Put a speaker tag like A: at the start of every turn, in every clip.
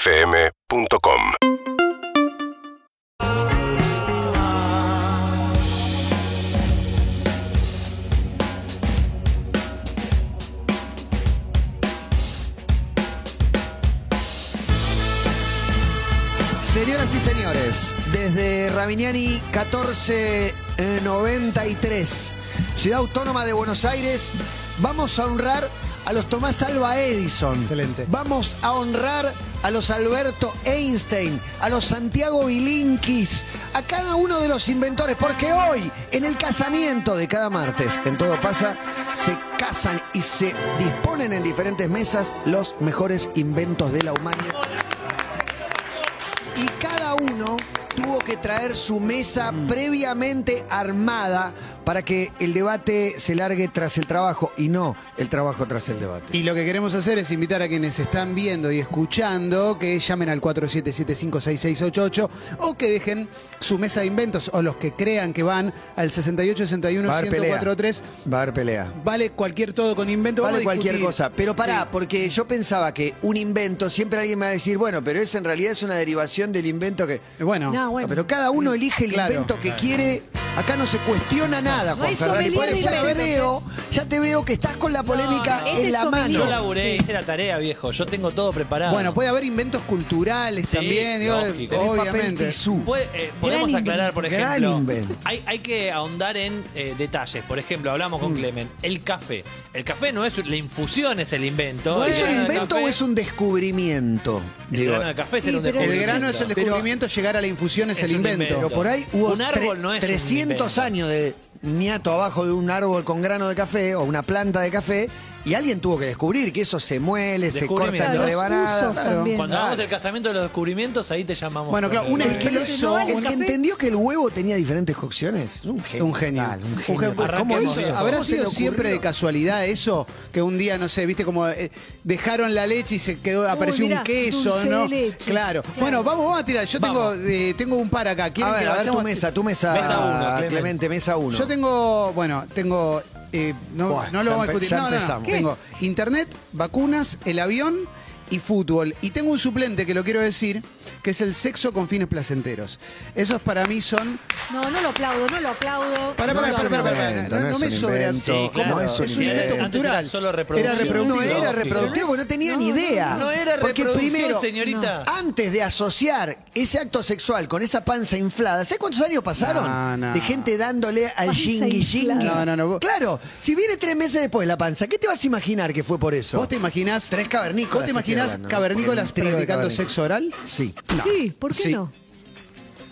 A: UrbanaPlayFM.com
B: Señoras y señores, desde eh, Rabiniani 1493, Ciudad Autónoma de Buenos Aires, vamos a honrar a los Tomás Alba Edison.
C: Excelente.
B: Vamos a honrar a los Alberto Einstein, a los Santiago Bilinkis, a cada uno de los inventores, porque hoy, en el casamiento de cada martes, en todo pasa, se casan y se disponen en diferentes mesas los mejores inventos de la humanidad y cada uno tuvo que traer su mesa
C: Mm.
B: previamente armada para que el debate se largue tras el trabajo y no el trabajo tras el debate.
C: Y lo que queremos hacer es invitar a quienes están viendo y escuchando que llamen al 47756688 o que dejen su mesa de inventos o los que crean que van al 6861
B: Va a haber pelea.
C: 1043
B: Va a haber pelea.
C: Vale cualquier todo con invento.
B: Vale
C: vamos a
B: cualquier
C: discutir.
B: cosa. Pero pará,
C: Sí.
B: porque yo pensaba que un invento, siempre alguien me va a decir, bueno, pero eso en realidad es una derivación del invento que.
C: Bueno,
D: No, Ah, bueno.
B: No, pero cada uno elige el
C: Claro.
B: invento que quiere. Acá no se cuestiona nada,
D: No
B: Juan
D: hay
B: Ferrari. Por eso
D: sommelier
B: ya
D: de
B: te
D: inventos,
B: veo, ya te veo que estás con la polémica
D: No, no, ese
B: en la
D: sommelier.
B: mano.
E: Yo laburé, hice la tarea, viejo. Yo tengo todo preparado.
C: bueno, puede haber inventos culturales
E: Sí,
C: también, digo,
E: lógico.
B: Tenés papel
C: obviamente.
B: tisú.
E: Puede- eh, podemos
D: Gran
E: aclarar, por
B: invento, gran
E: ejemplo,
B: invento.
E: hay, hay que ahondar en eh, detalles. Por ejemplo, hablamos
C: Mm.
E: con Clemen, el café. El café no es la infusión, es el invento.
B: ¿Es
E: El
B: un
E: grano de
B: invento
E: café-
B: o es un descubrimiento?
E: El
B: Digo,
E: grano de café
D: Sí,
E: será un
D: pero-
C: El
E: descubrimiento.
C: grano es el
B: Pero-
C: descubrimiento, llegar a la infusión es,
E: Es
C: el
E: un
C: invento.
B: pero por ahí hubo
E: Un árbol
B: tre-
E: no es un
B: 300
E: invento.
B: años de niato abajo de un árbol con grano de café o una planta de café y alguien tuvo que descubrir que eso se muele, se
E: Descubrimiento.
B: corta en
E: Claro,
D: los
B: rebanadas.
D: usos también.
E: Cuando
B: Claro.
E: hagamos el casamiento de los descubrimientos, ahí te llamamos.
C: Bueno, claro, un
E: Eh,
B: El que, lo
D: Entonces,
B: hizo,
D: no vale
B: el
D: el
B: que
D: café.
B: entendió que el huevo tenía diferentes cocciones, es un genio.
C: Un genio.
B: Tal, un
C: Un
B: genio. Tal.
C: genio.
B: ¿Cómo
E: Arranquemos
B: hizo?
E: bien.
B: ¿Cómo
C: ¿Habrá
B: se le
C: sido siempre de
B: ocurrió?
C: casualidad eso? Que un día, no sé, viste como eh, dejaron la leche y se quedó, apareció
D: mirá,
C: un queso,
D: dulce
C: ¿no?
D: de leche.
C: Claro.
D: Claro.
C: Bueno, vamos, vamos a tirar. Yo tengo,
E: Vamos.
C: eh, tengo un par acá.
B: A
C: ¿Quieren
B: ver,
C: que
B: a ver tu
C: vayamos?
B: mesa, tu mesa,
E: Mesa uno,
B: Clemente.
E: Clemente.
B: mesa uno.
C: Yo tengo, bueno, tengo. eh, no,
B: Buah,
C: no
B: ya
C: lo vamos a
B: empe-
C: discutir.
B: ya
C: No, no, no.
B: empezamos.
C: Tengo internet, vacunas, el avión y fútbol. Y tengo un suplente que lo quiero decir, que es el sexo con fines placenteros. Esos para mí son.
D: No, no lo aplaudo, no lo aplaudo.
C: Pará,
B: No
C: pará,
B: es
C: pará,
B: un
C: pará, pará.
B: invento,
C: No,
B: no
C: no
B: es
C: me
B: un
C: sobreanticé.
B: invento,
C: ¿Cómo
E: claro.
C: es, un
E: Sí,
C: invento
E: antes
C: cultural.
E: era solo
C: Era
E: reproducción.
B: no
C: reproductivo.
B: era
E: Lógico.
B: reproductivo, porque no tenía
D: No,
B: ni
D: no,
B: idea.
E: No era
B: Porque
E: reproducción,
B: primero,
E: señorita.
B: antes de asociar ese acto sexual con esa panza inflada, ¿sabes cuántos años pasaron?
C: No, no.
B: De gente dándole al
D: Panza
B: yingui
D: inflada.
B: yingui.
C: No, no, no, vos-
B: Claro, si viene tres meses después la panza, ¿qué te vas a imaginar que fue por eso?
C: ¿Vos te imaginás
B: Tres cavernícolas,
C: ¿Vos
B: estoy
C: te imaginás
B: hablando, ¿no?
C: cavernícolas
B: Porque un trío de
C: practicando
B: cavernícolas.
C: sexo oral?
B: Sí.
D: Sí, ¿por qué
C: Sí.
D: no?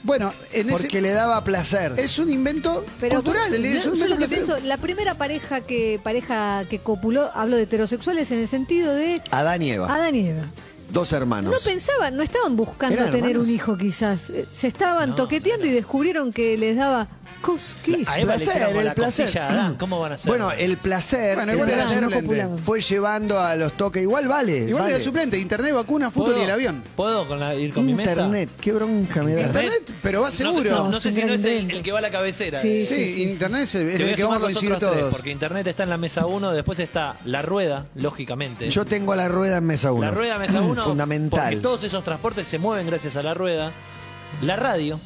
C: Bueno, en ese-
B: Porque le daba placer.
C: es un invento
D: Pero
C: cultural,
D: vos-
C: el- es
D: yo-
C: un
D: yo
C: invento
D: lo que
C: placentero.
D: pienso, la primera pareja que pareja que copuló, hablo de heterosexuales en el sentido de
B: Adán y
C: Ah.
B: Eva,
D: Adán y Eva.
B: dos hermanos.
D: No pensaban, no estaban buscando
B: Eran
D: tener
B: hermanos.
D: un hijo quizás. Eh, Se estaban
E: No,
D: toqueteando y descubrieron que les daba cosquillas.
E: A Eva le
B: Placer,
E: hicieron
B: el
E: la
B: placer.
E: costilla a Adán. ¿Cómo van a hacer?
B: Bueno, el placer,
C: Bueno,
B: el
C: igual era
B: placer
C: suplente.
B: fue llevando a los toques. Igual vale.
C: Igual
B: vale.
C: era suplente, internet, vacuna,
E: ¿Puedo-
C: fútbol y el avión.
E: ¿Puedo con la- ir con mi mesa?
B: Internet, qué bronca me da.
C: Internet, pero va
E: No-
C: seguro.
E: No,
D: No,
E: sé si
D: señor
E: no es el,
D: invento.
E: el que va a la cabecera.
D: Sí,
C: Sí,
E: Eh.
D: sí, sí.
C: internet es el,
E: Te voy
C: el
E: a
C: que vamos
E: sumar
C: a
E: los
C: coincidir
E: otros tres,
C: todos.
E: porque internet está en la mesa 1, después está la rueda, lógicamente.
B: Yo tengo la rueda en mesa 1.
E: la rueda mesa 1, porque
B: Fundamental.
E: todos esos transportes se mueven gracias a la rueda. La radio.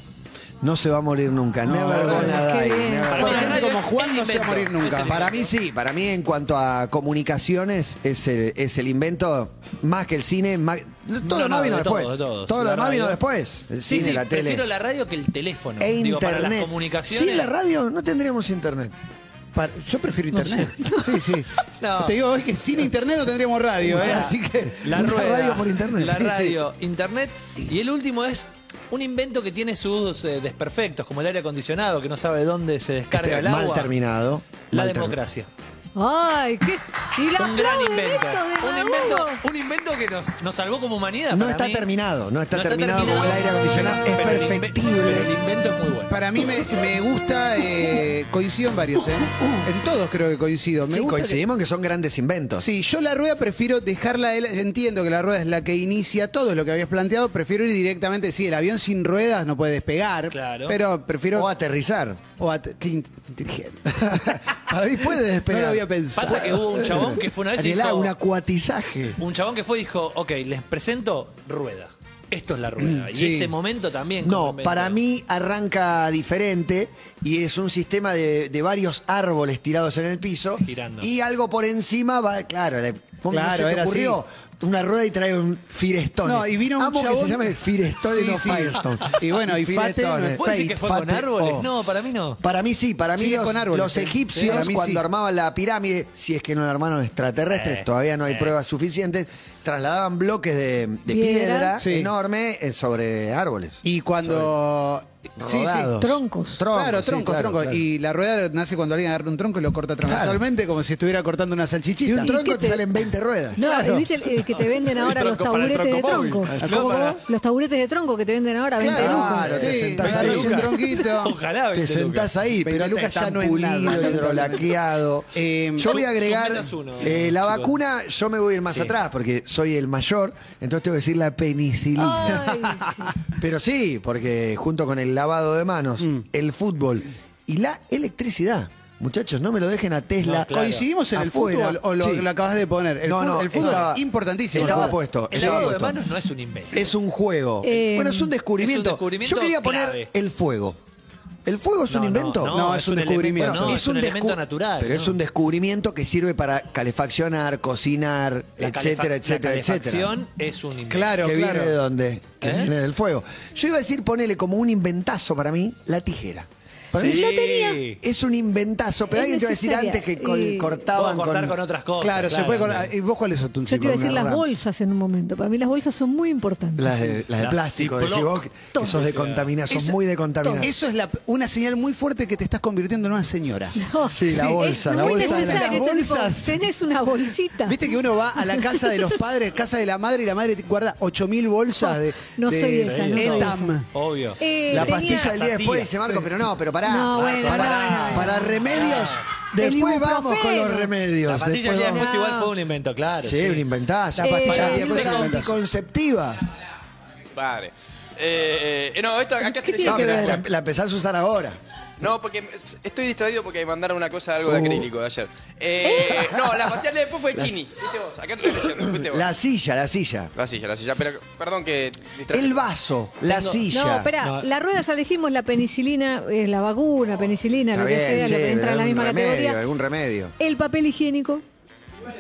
B: No se va a morir nunca. Never
C: no,
B: gonna
D: qué
B: die,
D: bien.
B: never
C: Para mí,
B: gonna
E: la
B: die.
C: gente
E: radio
C: como
E: es
C: Juan
E: el
C: no se va a morir
E: invento.
C: nunca.
E: Es el
B: Para mí sí, para mí en cuanto a comunicaciones es el, es el invento más que el cine. más- todo
E: No,
B: lo
E: no,
B: demás vino
E: de todo,
B: después.
E: de todo.
B: lo
E: La
B: demás vino
E: radio.
B: después. El
E: Sí,
B: cine,
E: sí,
B: la tele.
E: prefiero la radio que el teléfono.
B: E
E: Digo, para las
B: internet.
E: comunicaciones.
B: Sin la radio no tendríamos internet.
C: Para- yo prefiero internet. Sí, sí.
E: No.
C: Te digo, hoy que sin internet no tendríamos radio, ¿eh? Así que.
E: La
B: Una
E: rueda,
B: radio por internet.
E: La
B: Sí, sí.
E: radio, internet. Y el último es un invento que tiene sus eh, desperfectos, como el aire acondicionado, que no sabe dónde se descarga
B: Este,
E: el agua.
B: mal terminado.
E: La
B: mal termi-
E: democracia.
D: Ay, qué y la
E: Un gran
D: aplauden
E: invento.
D: esto de
E: Un invento, un invento que nos, nos salvó como humanidad.
B: No
E: para
B: está
E: mí.
B: terminado, no está terminado como el aire acondicionado. Es
E: Pero el inve- pero El
B: perfectible.
E: invento es muy bueno.
C: Para mí me, me gusta, eh, coincido en varios, ¿eh? En todos creo que coincido. Me
B: Sí,
C: gusta que-
B: coincidimos en que son grandes inventos.
C: Sí, yo la rueda prefiero dejarla. él- Entiendo que la rueda es la que inicia todo lo que habías planteado. Prefiero ir directamente. Sí, el avión sin ruedas no puede despegar.
E: Claro.
C: Pero prefiero.
B: o aterrizar.
C: o a que inteligente.
B: Para mí puede despegar.
C: No lo había pensado.
E: Pasa que hubo un chabón que fue una vez y
B: Anhelá,
E: dijo-
B: un acuatizaje.
E: Un chabón que fue y dijo, ok, les presento rueda. Esto es la rueda. y
B: Mm, sí.
E: ese momento también. como
B: No,
E: invento.
B: para mí arranca diferente y es un sistema de, de varios árboles tirados en el piso.
E: Girando.
B: Y algo por encima va. Claro, le- ¿cómo
C: Claro,
B: se te
C: era
B: ocurrió? Una rueda y trae un Firestone.
C: No, y vino un
B: Amo que
C: chabón-
B: se llame Firestone
C: Sí,
B: y no
C: sí.
B: Firestone.
C: Y bueno, y Fate
B: Firestone,
C: no es-
E: ¿Puede decir que fue
B: Fate,
E: con árboles?
B: oh.
E: No, para mí no.
B: Para mí sí, para mí
C: Sigue
B: los,
C: con árboles,
B: los
C: sí. Sí,
B: egipcios
C: para mí
B: cuando
C: sí.
B: armaban la pirámide, si es que no la armaron extraterrestres,
E: Eh,
B: todavía no hay
E: eh.
B: pruebas suficientes, trasladaban bloques de, de piedra,
D: Piedra.
C: Sí.
B: enorme eh, sobre árboles.
C: Y cuando. Sí, sí.
B: Rodados.
D: Troncos.
C: claro,
B: sí,
C: troncos,
B: claro,
C: troncos.
B: claro.
C: Y la rueda nace cuando alguien agarra un tronco y lo corta transversalmente como si estuviera cortando una
B: Y
C: salchichita.
B: un
D: tron-
B: tronco
D: qué
B: te
D: te-
B: salen 20 ruedas.
D: No, ¿viste el, el que te venden ahora
E: El
D: los
E: tronco para el
D: taburetes de tronco?
E: troncomóvil. ¿Cómo, cómo?
D: Los taburetes de tronco que te venden ahora, 20
B: Claro.
D: lucas.
B: Claro, te
C: sí, me
B: sentás
C: agarras
B: ahí.
C: un tronquito.
E: Ojalá,
B: Te
E: veinte lucas.
B: sentás ahí,
C: Veinte
B: pero no
C: lucas ya
B: tan
C: no es
B: pulido,
C: nada.
B: hidrolaqueado.
C: Eh,
B: yo voy a
E: su-
B: agregar
E: sumetas uno,
B: eh, la
E: chicos.
B: vacuna, yo me voy a ir más
E: Sí.
B: atrás porque soy el mayor, entonces tengo que decir la penicilina.
D: Ay, sí.
B: Pero sí, porque junto con el lavado de manos,
E: Mm.
B: el fútbol y la electricidad. Muchachos, no me lo dejen a Tesla.
E: No, claro.
C: ¿Coincidimos en
B: afuera.
C: el fútbol o lo,
B: Sí.
C: lo acabas de poner? El
B: No,
C: fútbol,
B: no,
C: el fútbol
B: estaba-
C: es importantísimo.
B: estaba
C: ¿no?
B: puesto.
E: El
B: Estaba
E: lavado de
B: puesto.
E: manos no es un invento.
B: Es un juego.
D: Eh,
B: bueno, es un descubrimiento.
E: es un descubrimiento
B: Yo quería poner
E: clave.
B: el fuego. ¿El fuego es
E: No,
B: un
E: no,
B: invento?
E: no, No, es es un un descubrimiento. elemento, no, es un
B: descu-
E: elemento natural,
B: Pero es
E: no.
B: un descubrimiento que sirve para calefaccionar, cocinar,
E: La
B: etcétera,
E: calefac-
B: etcétera,
E: la
B: etcétera.
E: calefacción es un invento.
C: Claro,
B: que
C: claro.
B: viene de dónde? Que
E: ¿Eh?
B: viene del fuego. Yo iba a decir, ponele como un inventazo para mí, la tijera. Para
E: Sí.
B: mí es un inventazo, pero
D: Es
B: alguien te va a decir
D: necesaria.
B: antes que col-
D: Y-
B: cortaban
E: Puedo cortar con otras cosas,
C: Claro, se
E: claro,
C: puede
E: claro.
C: con... ¿Y vos cuáles son tus
D: Yo te iba a decir
B: una
D: las
B: rama.
D: bolsas en un momento. Para mí las bolsas son muy importantes.
B: Las de, las de
E: Las
B: plástico, decís vos,
E: Ziploc.
B: que sos de contaminar, sos
C: Eso-
B: muy de contaminar.
C: Eso es la- una señal muy fuerte que te estás convirtiendo en una señora.
D: No,
B: Sí, la bolsa,
D: Oh, es
B: la
D: muy
B: bolsa.
D: necesario.
C: Las
D: Esto es tipo,
C: bolsas.
D: tenés una bolsita.
C: Viste que uno va a la casa de los padres, casa de la madre, y la madre guarda 8.000 bolsas de.
D: No
C: de-
D: soy esa,
E: no soy
C: Etam.
D: esa.
E: Obvio.
D: Eh,
B: La
D: tenía-
B: pastilla del día después dice Marco, pero no, pero pará.
D: No, bueno,
B: Ah, para,
D: pará.
B: para remedios,
D: El
B: después vamos con
D: ibuprofeno.
B: los remedios.
E: la pastilla
B: después
E: ya
B: vamos-
D: vamos.
E: después igual fue un invento, claro.
B: Sí, un inventazo.
C: La
D: pastilla
B: La
D: del día
B: píldora
C: después es un
B: Eh,
C: inventazo.
B: anticonceptiva.
F: Vale. Eh, eh, no, esto acá está
D: ¿Qué
B: No,
D: tiene que
F: leyendo.
B: pero la,
D: ver?
B: la empezás a usar ahora.
F: No, porque estoy distraído porque mandaron una cosa algo de
B: Uh.
F: acrílico de ayer. Eh, no, la facial de después fue
B: Las-
F: Chini. Fuiste vos, acá te lo estoy diciendo, fuiste vos.
B: La silla, la silla.
F: La silla, la silla, pero perdón que distraí.
B: El vaso, la
E: Tengo-
B: silla.
D: No, espera,
E: No.
D: la rueda ya dijimos, la penicilina, eh, la vacuna, penicilina,
B: Está
D: lo que
B: bien,
D: sea,
B: sí,
D: lo que entra en la
B: algún
D: misma
B: remedio,
D: categoría.
B: Algún remedio.
D: El papel higiénico,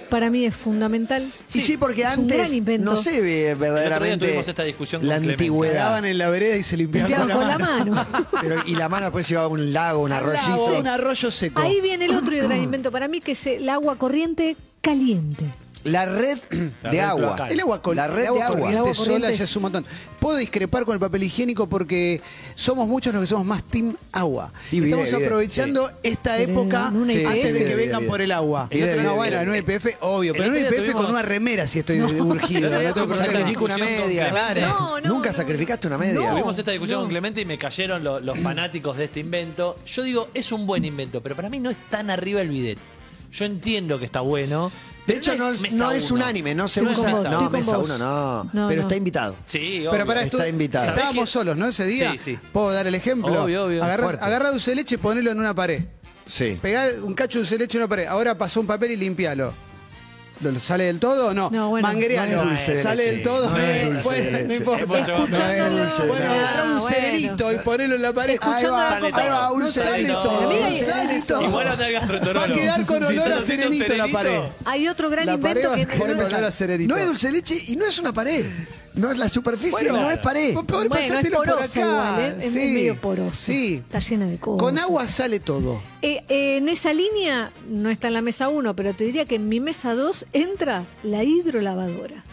D: para mí es fundamental.
B: y sí, porque
D: es un gran
B: antes
D: invento.
B: no se ve verdaderamente
E: tuvimos esta discusión
B: la
E: con Clemente.
B: antigüedad.
C: Cagaban en la vereda y se limpiaban
D: Limpiaban con la
C: mano.
D: mano.
B: Pero, y la mano después llevaba un lago, un
C: Al lado,
B: arroyito.
C: Un arroyo seco.
D: Ahí viene el otro gran invento para mí, que es el agua corriente caliente.
B: La red
E: La
B: de
E: red
B: agua.
E: cloacal.
C: El agua, con,
B: La red
C: el agua
B: de agua.
C: corriente
D: El agua
C: sola
D: corriente
C: ya
D: es-
C: es un montón. Puedo discrepar con el papel higiénico porque somos muchos los que somos más team agua.
B: Y
C: Estamos
B: video, video.
C: aprovechando esta
D: Pero
C: época
D: en una
C: hace
D: IPF.
C: de que
B: Video,
C: vengan
B: video.
C: por el agua.
E: El otro
C: no,
E: día-
C: bueno, en un EPF, obvio,
E: El
C: pero en un
E: otro día
C: EPF con
E: tuvimos-
C: una remera si estoy urgido.
E: El otro día
C: no tengo
E: tuvimos
C: problema.
E: esta
B: Sacrifico una
E: discusión con
B: media.
E: Clemente.
D: No, no,
B: Nunca
D: no.
B: sacrificaste una media.
D: No.
E: Tuvimos esta discusión
D: no.
E: con Clemente y me cayeron lo- los fanáticos de este invento. Yo digo, es un buen invento, pero para mí no es tan arriba el bidet. Yo entiendo que está bueno.
B: De
E: pero
B: hecho, no, es-
E: mesa
B: no es un
E: uno.
B: anime, no se
D: Estoy
B: usa.
D: con vos,
B: No,
D: estoy con
B: mesa
D: vos.
B: uno no.
D: No,
B: Pero
D: no.
B: está invitado.
E: Sí,
C: Pero para
E: para
B: esto-
C: esto,
B: Está invitado.
C: estábamos
E: ¿Sabés que-
C: solos, ¿no? Ese día.
E: Sí, sí.
C: ¿Puedo dar el ejemplo?
E: Obvio, obvio.
C: Agarrá,
B: Fuerte.
C: agarrá dulce de leche, ponelo en una pared.
B: Sí.
C: Pegá un cacho de dulce de leche en una pared. Ahora pasó un papel y limpialo. ¿Lo- lo ¿Sale del todo o no?
D: No, bueno.
C: Manguerealo.
B: No es dulce de
C: ¿Sale
B: leche.
C: del todo? eh,
B: No es dulce
C: Bueno,
B: de leche.
C: no
E: Es
C: importa.
E: mucho más.
B: No es dulce de
C: Bueno,
B: leche.
C: agarrá un
D: bueno.
C: cenerito y ponelo en la pared.
B: Ahí
D: Escuchando
B: va,
D: la
E: Sale
B: ahí va,
E: todo.
B: un
C: No sale
B: cenerito,
C: todo.
B: un
D: Amiga, y-
B: cenerito.
E: Igual no te
C: Va a quedar con olor a
E: serenito
C: cerenito la pared.
D: Hay otro gran
C: La pared
D: invento
C: va a
D: que
C: quedar con olor a cerenito.
B: No es dulce de leche y no es una pared. No es la superficie,
C: Bueno,
B: no es pared.
C: vos podés
D: Bueno, es
C: pasártelo por
D: porosa
C: acá.
D: igual, ¿eh? Es-
C: Sí.
D: es medio poroso.
C: Sí.
D: Está llena de cosas.
C: Con agua sale todo.
D: Eh, eh, en esa línea no está en la mesa 1, pero te diría que en mi mesa 2 entra la hidrolavadora.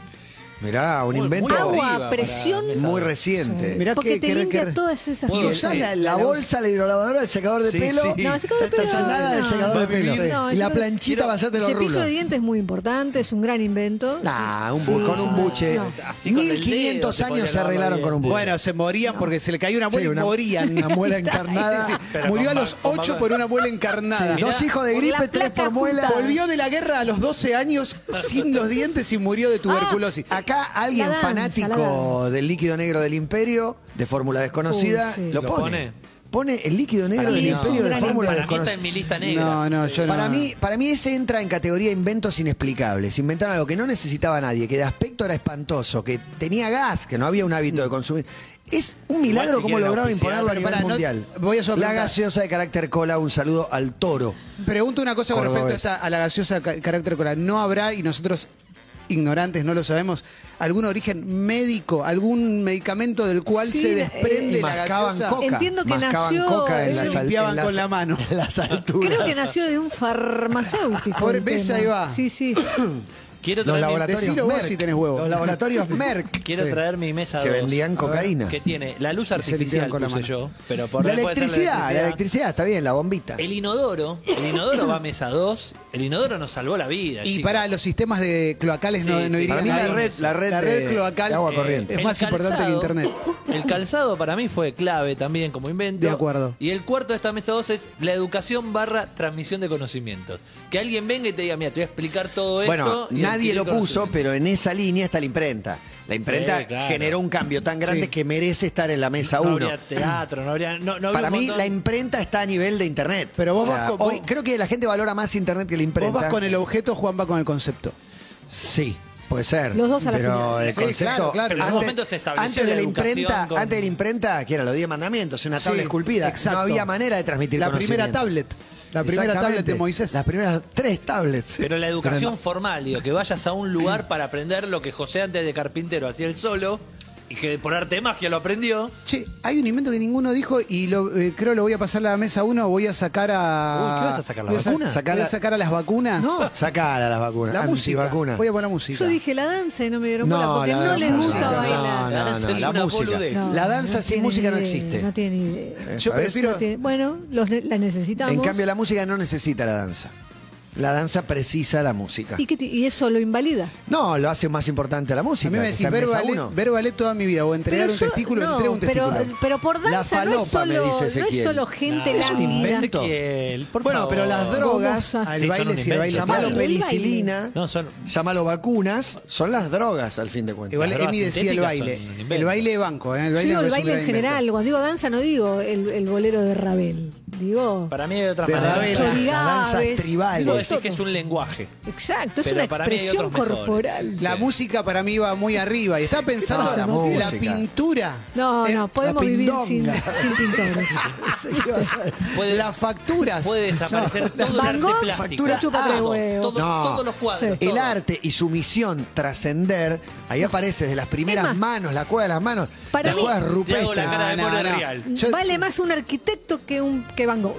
B: Mirá, un
E: Muy-
B: invento
E: muy
D: Agua,
E: arriba para
D: presión.
E: la mesa.
B: muy reciente.
C: Mirá
D: porque
C: que-
D: te
C: que-
D: limpia
C: que-
D: todas esas
B: Y
C: Puedo
D: cosas.
B: usás
C: sí.
B: la, la bolsa, la hidrolavadora, el secador de
E: Sí,
B: pelo.
E: sí.
D: No, el secador de
B: Estás
D: pelo,
B: nada del
D: no.
B: secador de
E: Va a vivir.
B: pelo.
D: No,
B: y la
D: yo-
B: planchita va a hacerte
D: El
B: los
D: cepillo
B: rulos.
D: de dientes es muy importante, es un gran invento.
B: Nah, un
D: Sí,
B: bu- con un
D: sí.
B: buche.
D: No.
E: Así con el dedo
B: 1500
E: se podía
B: años se
E: lavar los
B: arreglaron con un buche.
C: Bueno, se morían porque se le cayó una
B: Sí,
C: muela y
B: una-
C: morían.
B: Una muela encarnada.
E: Pero
C: Murió a
E: con
C: los
E: ba- con
C: 8
E: ba-
C: por una muela encarnada.
B: Sí, dos hijos de
D: Por la
B: gripe, tres
D: placa
B: por muela.
D: juntada.
C: Volvió de la guerra a los 12 años sin los dientes y murió de tuberculosis.
B: Acá alguien
D: La danza, la
B: fanático
D: danza.
B: del líquido negro del imperio, de fórmula desconocida,
D: Uy, sí.
B: lo,
E: Lo
B: pone.
E: pone.
B: pone el líquido negro
E: Para
B: del
E: mí es un
B: imperio de
D: gran
B: fórmulas
D: invento.
E: Para mí está en mi
B: desconocidas.
E: lista negra.
C: No, no, yo no.
B: Para mí, para mí ese entra en categoría inventos inexplicables. Inventaron algo que no necesitaba nadie, que de aspecto era espantoso, que tenía gas, que no había un hábito de consumir. Es un milagro
E: si
B: cómo
E: quieren
B: lograron
E: auspiciar,
B: imponerlo a
C: pero
B: nivel
C: pará, no-
B: mundial.
C: voy a
B: La
C: soplar-
B: gaseosa de carácter cola, un saludo al toro.
C: Pregunto una cosa con respecto a,
B: Cordobés.
C: esta, a la gaseosa ca- carácter cola. ¿No habrá, y nosotros ignorantes no lo sabemos, algún origen médico, algún medicamento del cual
D: Sí,
C: se
D: eh,
C: desprende
B: Y
C: la
B: mascaban
C: gaseosa?
B: coca.
D: Entiendo que
B: mascaban
D: nació-
B: coca en
D: Se
B: las, al-
C: limpiaban
B: en las-
C: con la mano.
B: en las alturas.
D: Creo que nació de un farmacéutico.
C: Por-
D: el
C: ¿ves?
D: tema.
C: Ahí va.
D: Sí, sí.
E: Quiero
B: Los
E: traer,
B: laboratorios
C: decilo vos
B: Merck.
C: si tenés huevo.
B: Los laboratorios Merck.
E: mi, quiero
B: Sí.
E: traer mi mesa
B: Que
E: dos.
B: vendían
E: A ver.
B: cocaína.
E: Que tiene la luz
C: se limpiaban
E: artificial,
C: con la
E: puse
C: mano.
E: yo. Pero por
B: La
E: ahí puede ser
B: electricidad, la electricidad, está bien, la bombita.
E: El inodoro, el inodoro va a mesa 2. El inodoro nos salvó la vida.
C: Y
E: chicos.
C: para los sistemas de cloacales no,
E: Sí,
C: no
E: sí.
C: irían
B: Para mí la
C: ahí.
B: red, la red,
C: la red
B: de-
C: cloacal
B: de agua
E: Eh,
B: corriente.
C: es
E: el
C: más importante que
E: calzado-
C: internet.
E: El calzado para mí fue clave también como invento.
C: De acuerdo.
E: Y el cuarto de esta mesa 2 es la educación barra transmisión de conocimientos. Que alguien venga y te diga, mira, te voy a explicar todo
B: Bueno,
E: esto. y
B: nadie
E: adquirir
B: lo puso,
E: conocimiento".
B: pero en esa línea está la imprenta. La imprenta
E: Sí, claro.
B: generó un cambio tan grande
C: Sí.
B: que merece estar en la mesa
E: No
B: uno.
E: habría teatro, no habría. No, no habría
B: Para
E: un
B: mí,
E: montón-
B: la imprenta está a nivel de internet.
C: Pero vos vas con-
B: hoy
C: vos-
B: creo que la gente valora más internet que la imprenta.
C: Vos vas con el objeto, Juan va con el concepto.
B: Sí. Puede ser.
D: Los dos a la
B: Pero
D: final.
B: el
C: Sí,
B: concepto.
C: claro, claro.
E: Pero en un momento se estableció
B: antes de
E: la
B: la,
E: educación
B: imprenta,
E: con-
B: antes de la imprenta, que era los 10 mandamientos, una tabla
C: Sí,
B: esculpida.
C: exacto.
B: No había manera de transmitir
C: La primera
B: conocimiento.
C: tablet. La primera tablet
B: Exactamente.
C: de Moisés.
B: Las primeras tres tablets.
E: Pero la educación
B: Pero no.
E: formal, digo, que vayas a un lugar para aprender lo que José antes de carpintero hacía él solo y que por arte de magia lo aprendió.
C: Che, hay un invento que ninguno dijo y lo, eh, creo lo voy a pasar a la mesa uno, voy a sacar a...
E: Uy, ¿qué vas a sacar, la
C: Voy
B: vacuna?
C: sacar-
B: Sacar
C: voy a
B: la-
C: sacar a las vacunas.
B: No, sacala las vacunas.
C: La música.
B: Antivacuna.
C: Voy a poner música.
D: Yo dije la danza y no me dieron bola porque
B: la
D: no
B: danza
D: les
B: no,
D: gusta
B: no,
D: bailar.
B: No, no,
E: La danza es
B: la
E: una
B: música.
E: boludez.
D: No,
B: La danza
D: no
B: sin
D: tienen
B: música no
D: idea,
B: existe.
D: No tienen idea.
B: Eh,
C: Yo
B: ¿sabes?
C: prefiero-
D: No tienen- bueno, los ne- la necesitamos.
B: En cambio, la música no necesita la danza. La danza precisa la música.
D: ¿Y, qué ti- y eso lo invalida.
B: No, lo hace más importante la música.
C: a mí me
B: que
C: decís
B: está en
C: ver
B: mesa
C: ballet,
B: uno.
C: ver ballet toda mi vida o entregar
D: Pero
C: un
D: yo-
C: testículo,
D: no,
C: entrego un
D: pero,
C: testículo.
D: pero por
B: La
D: danza no es
B: falopa, me
D: solo,
B: dice
D: no es
B: Ezequiel.
D: solo gente
E: No,
B: Es un
D: lánguida.
B: invento.
E: Ezequiel, por
B: Bueno, pero
E: favor.
B: las drogas,
D: Babosa.
C: al
E: Sí, son
C: baile, si
E: un
C: el
E: invento.
C: baile
B: llamalo
D: El
C: sale.
D: baile.
B: penicilina,
E: No, son-
B: llamalo vacunas, son las drogas al fin de cuentas.
C: Igual
E: Las
C: Emi decía
E: drogas
C: el
E: sintéticas
C: baile.
E: son un invento.
C: El baile de banco, ¿eh? El
D: Yo
C: baile,
D: digo
C: me
D: el
C: parece un
D: baile en
C: gran invento.
D: general, cuando digo danza no digo el, el bolero de Ravel, digo...
E: Para mí hay otras
B: De
E: maneras.
B: Ravel,
D: las
B: las
D: origabes,
B: danzas
E: Puedo
B: tribales.
E: decir que es un lenguaje.
D: Exacto, es
E: Pero
D: una
E: para mí hay
D: expresión
E: otros mejores.
D: corporal.
C: La
E: Sí.
C: música para mí iba muy arriba y estaba pensando
B: No, la
C: en la
B: música.
C: pintura.
D: No,
C: Eh,
D: no, podemos
B: la
D: vivir sin,
B: pindonga.
D: sin pintores.
E: Puede,
C: Las facturas.
E: puede desaparecer todo
D: Van
E: el
D: Gogh,
E: arte plástico.
D: factura- Chúpate
E: Todo,
D: huevo.
E: todos-
B: No.
E: Todos los cuadros.
D: Sí.
E: todo.
B: El arte y su misión trascender, ahí aparece desde las primeras
D: Es más,
B: manos, la cueva de las manos,
D: para
B: la
D: mí-
B: cueva
E: Te hago
B: rupestre.
E: la cara de
C: No,
E: Mole
C: no, no.
E: Real.
C: Yo-
D: Vale más un arquitecto que un que Van Gogh.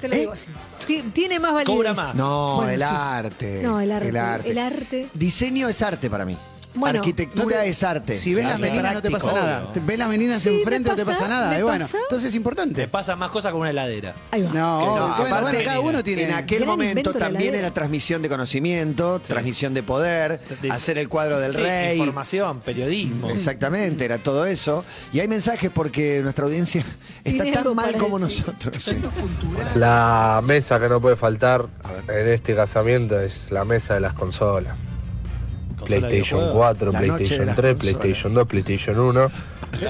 D: Te lo
B: ¿Eh?
D: digo así. Ti- Tiene más validez.
E: Cobra más.
B: No,
D: Bueno,
B: el
D: sí.
B: arte.
D: No, el arte, el arte.
B: Diseño es arte para mí.
D: Bueno,
B: Arquitectura
C: No te-
B: es arte.
C: Si ves
E: Sí,
C: las
E: claro.
C: meninas no te pasa
E: Práctico,
C: nada.
E: obvio.
C: Te- Ves las meninas
D: Sí, me
C: enfrente no te
D: pasa,
C: pasa nada.
D: me
C: Y bueno,
D: pasa.
C: entonces es importante.
E: Te pasan más cosas con una heladera.
D: Ahí va.
C: No,
B: Que no,
C: bueno,
B: aparte,
C: bueno, cada uno tiene.
B: en aquel
D: Gran
B: momento
D: invento de la
B: también
D: heladera.
B: era transmisión de conocimiento, transmisión de poder,
E: De-
B: hacer el cuadro del
E: Sí,
B: rey.
E: Información, periodismo.
B: Exactamente, era todo eso. Y hay mensajes porque nuestra audiencia está
D: Tiene
B: tan
D: algo
B: mal
D: para
B: como
D: decir.
B: nosotros. Sí.
G: La mesa que no puede faltar en este casamiento es la mesa de las consolas.
E: Consola de
G: PlayStation
E: videojuegos.
G: 4,
B: La noche de
G: PlayStation
B: las
G: 3,
B: consolas.
G: PlayStation 2, PlayStation 1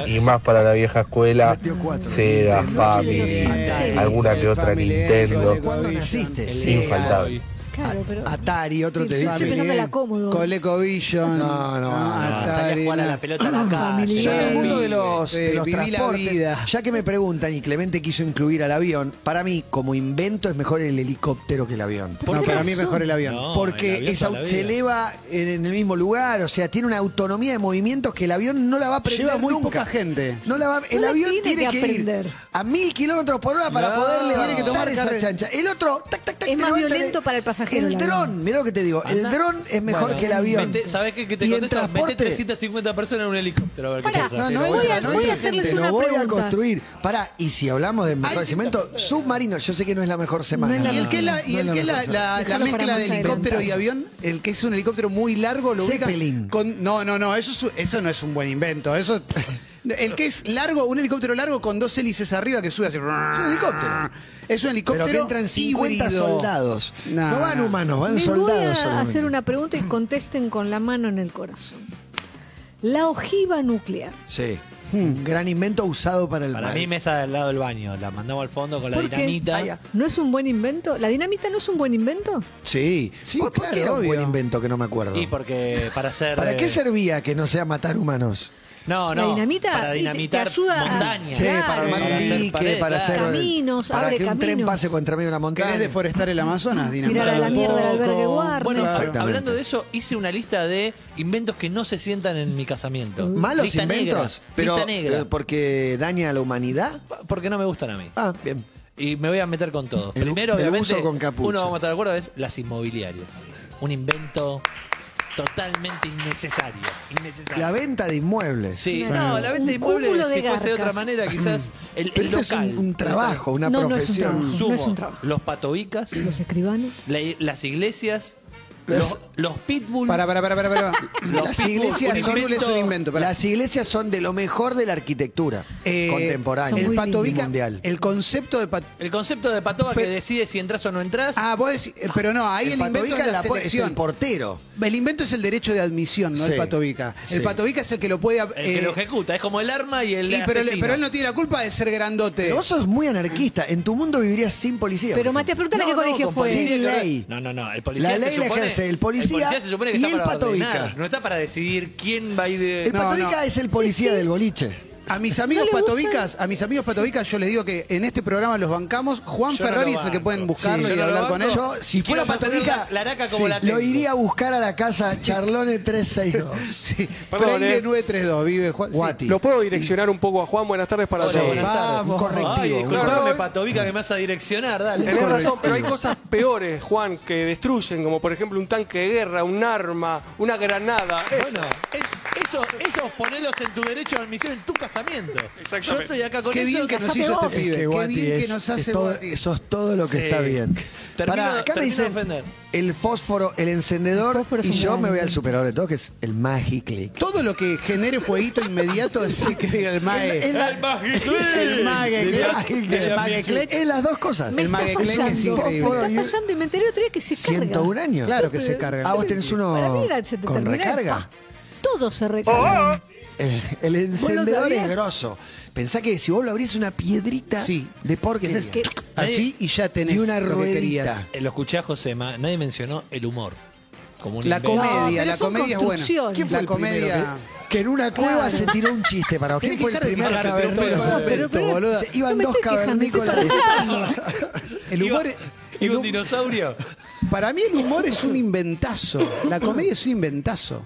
G: y más para la vieja escuela,
B: Metió cuatro.
G: Sega,
B: Nintendo.
G: Family,
D: Noche de los Atari.
G: alguna que otra
C: Family,
G: Nintendo,
C: Sega,
B: ¿Cuándo
C: Colecovision.
B: naciste?
E: El-
B: Sega,
G: infaltable.
D: Claro, pero.
B: Atari, otro
D: Sí,
B: te
D: sí,
B: dice.
D: Estoy pensando en la Commodore.
C: Colecovision.
B: No, no, no,
E: Ah, salí a jugar a
B: eh.
E: la pelota a la calle.
B: Yo en el
D: Bien.
B: mundo de los,
C: Sí,
E: eh,
B: de los
C: viví la
B: transportes,
C: vida.
B: ya que me preguntan y Clemente quiso incluir al avión, para mí como invento es mejor el helicóptero que el avión.
D: ¿Por
C: No,
D: qué
C: para mí
D: razón?
C: mejor el avión.
E: No, el
B: Porque
E: avión
B: es
E: toda la
B: au- se
E: vida.
B: eleva en, en el mismo lugar, o sea, tiene una autonomía de movimientos que el avión no la va a aprender
C: Lleva muy
B: nunca.
C: poca gente.
B: No la va- el
D: la
B: avión
D: tiene
B: tiene
D: que
B: que,
D: aprender.
B: ir a mil kilómetros por hora para
E: No.
B: poder
E: Tiene
B: levantar
E: que tomar
B: esa
C: carre-
B: chancha. El otro, tac, tac, tac, te
D: Es más
B: levanta
D: violento
B: el-
D: para el pasajero,
B: El
D: el
B: dron,
D: avión.
B: mirá lo que te digo, el
E: Anda.
B: dron es mejor
E: Bueno,
B: que el avión.
E: Vete- ¿Sabés qué? Que te
B: Y en
E: contestan, mete
B: transporte-
E: 350 personas en un helicóptero a ver qué
D: Pará,
E: pasa.
C: no,
D: voy,
C: entra,
D: a,
C: no
D: voy a
C: entra
D: hacerles
B: Te lo
D: una
B: voy a
D: pregunta.
B: construir. Pará, y si hablamos del mejor cemento, submarino, yo sé que no es la mejor semana.
D: No es la
C: Y el que es la, y
B: No es
C: el
B: la
C: que es la,
B: mejor
C: la- la
D: Déjalo para
C: mezcla
D: más
C: de helicóptero y
B: adelante.
C: avión, el que es un helicóptero muy largo, lo ubican
B: Zeppelin.
C: con- No, no, no, eso, es- eso no es un buen invento. Eso, el que es largo, un helicóptero largo con dos hélices arriba que sube así. Es un
B: helicóptero.
C: Es un helicóptero
B: Pero que entran 50
C: híbrido.
B: soldados.
C: No,
B: no van
C: no.
B: humanos, van
D: Les voy
B: soldados.
D: a
B: solamente.
D: hacer una pregunta y contesten con la mano en el corazón. La ojiva nuclear
B: Sí. Un gran invento usado para el
E: Para
B: mal.
E: mí, mesa del lado del baño. La mandamos al fondo con la
D: ¿Por qué?
E: dinamita.
B: Ah, ya.
D: ¿No es un buen invento? ¿La dinamita no es un buen invento?
B: Sí, sí,
C: ¿Por qué
B: claro,
C: era
B: era un buen
C: obvio?
B: invento que no me acuerdo.
E: Y porque para hacer.
B: ¿Para qué
E: eh,
B: servía que no sea matar humanos?
E: No,
D: La
E: no.
D: dinamita
E: para
D: y te- te
E: dinamitar
D: ayuda a-
E: montañas.
B: Sí, para
D: Claro.
B: armar un
E: Para hacer
B: dique,
E: pared,
B: para
E: claro.
B: hacer
D: Caminos,
B: para
D: abre
B: que un tren
D: caminos.
B: pase contra medio de una montaña.
C: ¿Querés deforestar el Amazonas?
D: Tirar a la mierda el albergue Warner.
E: Bueno,
D: Claro.
B: Exactamente.
E: hablando de eso, hice una lista de inventos que no se sientan en mi casamiento.
B: Malos
E: Lista
B: inventos,
E: negra,
B: pero eh,
E: lista negra.
B: pero porque daña a la humanidad.
E: Porque no me gustan a mí.
B: Ah, bien.
E: Y me voy a meter con todo.
B: El-
E: Primero,
B: del
E: obviamente,
B: buzo con capucha.
E: uno vamos a estar de acuerdo, es las inmobiliarias. Un invento totalmente innecesario. innecesario.
B: La venta de inmuebles.
E: Sí,
D: Claro.
E: no, la venta de
D: Un cúmulo
E: inmuebles, si
D: de
E: fuese de otra
D: garcas.
E: manera, quizás el,
B: Pero
E: el
B: ese es
E: local.
B: un, un trabajo, una
D: No, no es un
B: profesión.
D: trabajo.
E: Sumo,
D: No es un trabajo.
E: los patovicas,
D: Los escribanos.
E: la- las iglesias, los, los pitbull.
C: Para, para, para, para. para.
B: Las iglesias,
E: un
B: son,
E: invento-
C: es un invento. pará.
B: las iglesias son de lo mejor de la arquitectura
C: Eh,
B: contemporánea.
D: son
C: El
D: muy
C: pato
D: lindas.
C: Vica,
B: mundial.
C: el concepto de pato...
E: El concepto de patova que
C: Pero-
E: decide si entras o no entras.
C: Ah, vos decís, eh, pero no, ahí el,
B: el
C: invento
B: Patovica
C: es
B: la
C: la
B: po- es el
C: selección.
B: portero.
C: El invento es el derecho de admisión, no
B: Sí.
C: el patovica.
B: Sí.
C: El patovica es el que lo puede...
E: el que
C: eh,
E: lo ejecuta. Es como el arma y el
C: y pero,
E: asesino.
C: pero él no tiene la culpa de ser grandote.
B: Pero vos sos muy anarquista. En tu mundo vivirías sin policía.
D: Pero
B: por
D: Matías,
B: ejemplo.
D: pregúntale qué
E: No, no,
D: colegio
E: con
D: fue.
E: policía
B: Sin
E: que-
B: ley.
E: No, no, no. El policía
B: La
E: se
B: ley la
E: supone-
B: ejerce el policía
E: se supone que
B: y
E: está
B: el
E: para
B: patovica.
E: ordenar, No está para decidir quién va a ir de...
B: El
C: No,
B: patovica
C: no.
B: es el policía del boliche.
C: A mis amigos
D: ¿No le
C: patovicas, a mis amigos patovicas yo les digo que en este programa los bancamos. Juan
E: Yo no
C: Ferrari
E: lo
C: es el que
E: banco.
C: pueden buscarlo
E: Sí, yo
C: y
E: no lo
C: hablar con él.
B: Yo,
E: banco.
B: si
E: Quiero
B: fuera
E: mantener
B: patovica,
E: la- la araca como la
B: lo
E: tengo.
B: iría a buscar a la casa Charlone 362.
C: Sí.
H: Perdón,
C: Freire
H: eh.
C: 932, vive Juan. sí.
B: Guati.
H: ¿Lo puedo direccionar un poco a Juan? Buenas tardes para
E: Hola,
H: todos.
E: buenas tardes.
B: Un correctivo.
E: Ay,
B: un
H: claro.
E: disculpame, patovica, que me vas a direccionar, dale.
H: Tenés razón, pero hay cosas peores, Juan, que destruyen, como por ejemplo un tanque de guerra, un arma, una granada. Eso.
E: Bueno, es- eso, esos ponelos en tu derecho de admisión en tu casamiento.
H: Exactamente.
E: Yo estoy acá con
C: Qué
E: eso.
C: bien que nos
D: casate
C: hizo
D: vos.
C: este
B: Es
C: pibe.
B: que
C: Qué
B: Guati
C: bien que
B: es-
C: nos hace
B: es todo,
C: Guati.
B: Eso es todo lo que
E: Sí.
B: está bien.
E: Termino-
B: Pará, acá me
E: termino de
B: dicen
E: ofender.
B: el fósforo, el encendedor
D: El fósforo es
B: y
D: un
B: yo
D: gran
B: me voy al
D: invento.
B: superador de todo, que es el Magic Click.
C: Todo lo que genere fueguito inmediato es el que diga el mae.
B: El- el-
C: El mague,
B: el
C: Clec.
B: Magic
C: El
B: Click.
C: mague Clec.
B: Es las dos cosas.
D: Me
C: El
D: está
C: Magueclec es
D: fallando.
C: increíble.
D: Me está fallando y me enteré otro día que se carga.
B: 101 años.
C: Claro que se carga.
B: Ah, vos tenés uno
D: Para mí era- se te
B: con
D: terminaba el
B: recarga.
D: pa. Todo se
E: Oh,
D: recarga.
B: El, el encendedor es
D: sabías?
B: grosso. Pensá que si vos lo abrís una piedrita
C: Sí.
B: de porquería.
C: Haces Así y ya tenés
B: Y una
C: lo que
B: ruedita.
C: querías.
E: Eh, Lo escuché a Josema, nadie mencionó el humor. Como un
C: La
E: invento.
D: No,
C: comedia,
D: pero
C: la
D: son
C: comedia es buena.
D: construcciones.
B: ¿Quién fue
C: la
B: el Ah. primero
C: comedia.
B: que, que en una cueva
D: Claro.
B: se tiró un chiste para vos? ¿Quién
C: Tenés
B: fue
C: que
B: el
C: dejar de
B: primer
C: quejarte, pero- pero-
B: cavernícola?
C: pero- boluda.
B: Se- Iban dos cavernícolas.
C: El
E: Iba-
C: humor.
E: ¿Y
C: el
E: un
C: hum-
E: dinosaurio?
C: Para mí el humor es un inventazo. La comedia es un inventazo.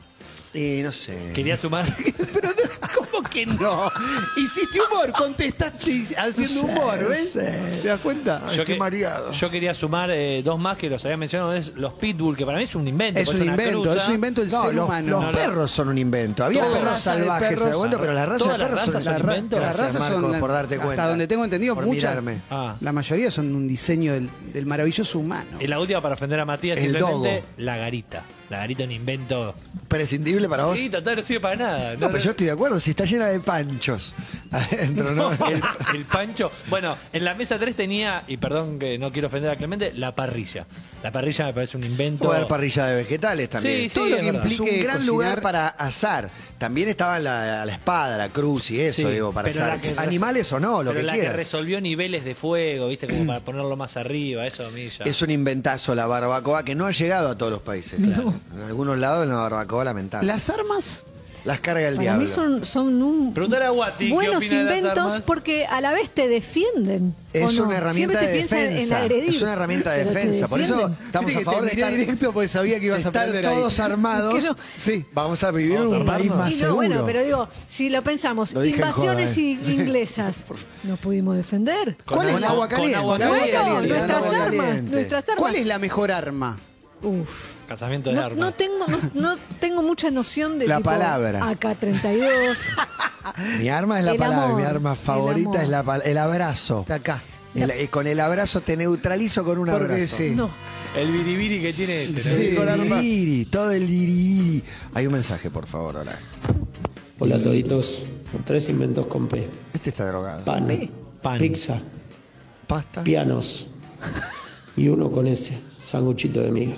B: Eh, no sé.
E: Quería sumar.
C: Pero no, ¿cómo que no? Hiciste humor, contestaste haciendo humor, ¿ves? ¿Te das cuenta?
B: Yo estoy mareado.
E: yo quería sumar eh, dos más que los había mencionado, es los pitbull, que para mí es un invento.
C: Es
E: pues,
C: un
E: una
C: invento,
E: cruza.
C: es un invento del
B: No,
C: ser
B: los,
C: humano.
B: los
E: No, no.
B: perros son un invento. Había
C: Toda
B: perros
C: raza de
B: salvajes,
C: perros-
B: en algún momento, pero las razas
E: todas
B: de
E: las
B: perros
E: razas
B: son
E: son inventos.
B: Las
C: Las razas son,
B: por darte cuenta.
C: hasta donde tengo entendido,
B: por
C: muchas.
B: mirarme.
E: Ah.
C: La mayoría son un diseño del, del maravilloso humano.
E: Y la última para ofender a Matías,
B: El
E: simplemente
B: dogo.
E: la garita. La garita es un invento.
B: Prescindible para vos.
E: Sí, total, no sirve para nada.
B: No, pero yo estoy de acuerdo, si está llena de panchos adentro, ¿no?
E: El, el pancho. Bueno, en la mesa 3 tenía, y perdón que no quiero ofender a Clemente, la parrilla. La parrilla me parece un invento.
B: Puede haber parrilla de vegetales también.
E: Sí, sí,
B: Todo lo
E: es
B: que
E: verdad.
B: implique
C: Es
B: un
C: un
B: gran
C: cocinar-
B: lugar para asar. También estaba la, la espada, la cruz y eso,
E: Sí,
B: digo, para
E: pero la
B: asar.
E: que resol-
B: Animales o no, lo
E: pero
B: que
E: la
B: quieras.
E: que resolvió niveles de fuego, ¿viste? Como para ponerlo más arriba, eso a mí ya.
B: Es un inventazo la barbacoa que no ha llegado a todos los países. En algunos lados la barbacoa lamentable. Las,
C: Las armas,
B: carga del
D: Para
B: diablo.
D: mí son, son un-
E: Preguntale a Guati, ¿qué
D: buenos
E: opina de las
D: inventos
E: armas?
D: porque a la vez te defienden. ¿o
B: Es
D: no?
B: una herramienta
D: Siempre
B: de
D: se piensa en-
B: defensa.
D: En agredir,
B: es una herramienta de
D: pero te
B: defensa. Por eso
D: defienden.
B: estamos a
C: Viste que
B: favor
C: te
B: de
C: miré
B: estar,
C: directo porque sabía que ibas a
B: estar
C: aprender ahí.
B: todos
D: Es
B: armados.
D: que no.
C: Sí.
B: Vamos a vivir en
E: Vamos a
B: un país
E: armarnos.
B: más
D: Y no,
B: seguro.
D: bueno, pero digo, si lo pensamos,
B: Lo dije en
D: invasiones
B: joda, ¿eh?
D: in- inglesas, no pudimos defender.
E: Con
B: ¿Cuál es
E: agua-
B: el agua
E: con
B: caliente?
E: agua
B: La
E: caliente,
D: Bueno,
B: caliente,
D: nuestras
B: agua
D: armas,
B: caliente.
D: nuestras armas.
C: ¿Cuál es la mejor arma?
D: Uf.
E: Casamiento de
D: No,
E: armas.
D: no tengo, no, no tengo mucha noción de
B: La
D: tipo,
B: palabra.
D: AK-32.
B: Mi arma es la
D: El
B: palabra,
D: amor,
B: mi arma
D: el
B: favorita
D: amor.
B: es la pal- el abrazo.
C: Está acá.
B: El- eh, con el abrazo te neutralizo con un
C: Porque
B: abrazo.
C: sí.
D: No.
E: El biribiri que tiene. este,
B: Sí,
E: ¿no? Con
B: el
E: armas.
B: iriri, todo el iriri. Hay un mensaje, por favor, ahora.
I: Hola toditos, tres inventos con P.
B: Este está drogado.
I: Pan,
E: Pan.
I: pizza,
B: Pasta.
I: pianos y uno con ese, sanguchito de miga.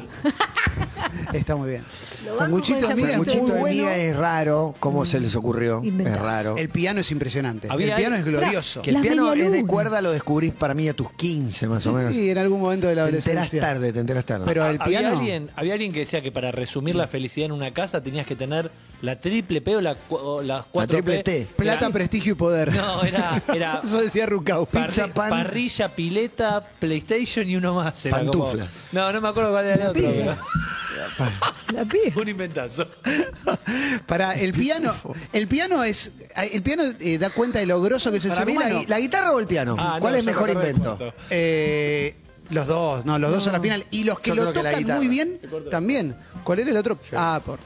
C: Está muy bien.
D: Lo banco
C: Sanguchito
D: con
C: de
D: esa
C: miga.
D: parte.
C: es muy
B: Muchito de
C: bueno.
B: mía es raro, ¿cómo se les ocurrió?
D: Inventado.
B: Es raro.
C: El
B: El,
C: piano es impresionante.
E: Había-
C: el piano es glorioso.
B: que el
D: Las
B: piano es de
D: medialunas.
B: cuerda, lo descubrís para mí a tus 15 más o menos.
C: Sí, en algún momento de la
B: te enterás
C: adolescencia.
B: tarde, te enterás tarde.
C: Pero el
E: Ah, había,
C: piano.
E: alguien, había alguien que decía que para resumir la felicidad en una casa tenías que tener la triple P o, la, cu- o las cuatro
B: triple
E: P.
B: T.
C: eh, Plata,
E: Era-
C: prestigio y poder.
E: No, era, era
C: Eso decía Rucau.
E: parri-
B: pizza, pan.
E: parrilla, pileta, PlayStation y uno más. era como-
B: Pantufla.
E: no, no me acuerdo cuál era el otro.
D: Pizza. La
E: pero-
D: pija.
E: un inventazo.
C: Para el piano, el piano es, el piano eh, da cuenta de lo grosso que es el
B: para
C: ser
B: mí, la,
C: humano.
B: gui- la guitarra o el piano?
E: Ah,
B: ¿Cuál
E: no,
B: es
E: ya me
B: mejor
E: acordé del
B: invento?
E: punto.
C: Eh, los dos, no, los dos a la final. Y los que
B: Yo
C: lo
B: creo que la
C: tocan
B: guitarra.
C: muy bien, también. ¿Cuál era el otro? Ah, por.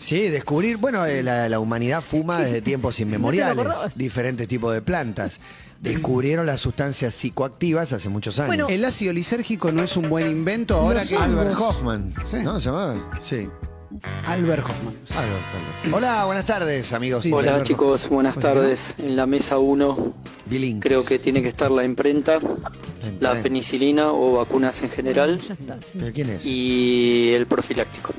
B: Sí, descubrir, bueno, eh, la, la humanidad fuma desde tiempos inmemoriales,
D: acordabas.
B: diferentes tipos de plantas. Descubrieron las sustancias psicoactivas hace muchos años.
D: Bueno,
C: El ácido lisérgico no es un buen invento ahora
D: Los
C: que.
B: Albert
D: hongos.
B: Hoffman,
C: Sí.
B: ¿no? ¿Se llamaba? Sí.
C: Albert Hoffman.
B: Albert, Albert. Hola, buenas tardes, amigos.
C: Sí,
J: Hola
C: Alberto.
J: chicos, buenas
C: Pues, ¿no?
J: tardes. En la mesa 1
B: Bilín.
J: creo que tiene que estar la imprenta, la
B: imprenta.
J: penicilina o vacunas en general
D: ya está. sí.
B: ¿Pero quién es?
J: y el profiláctico.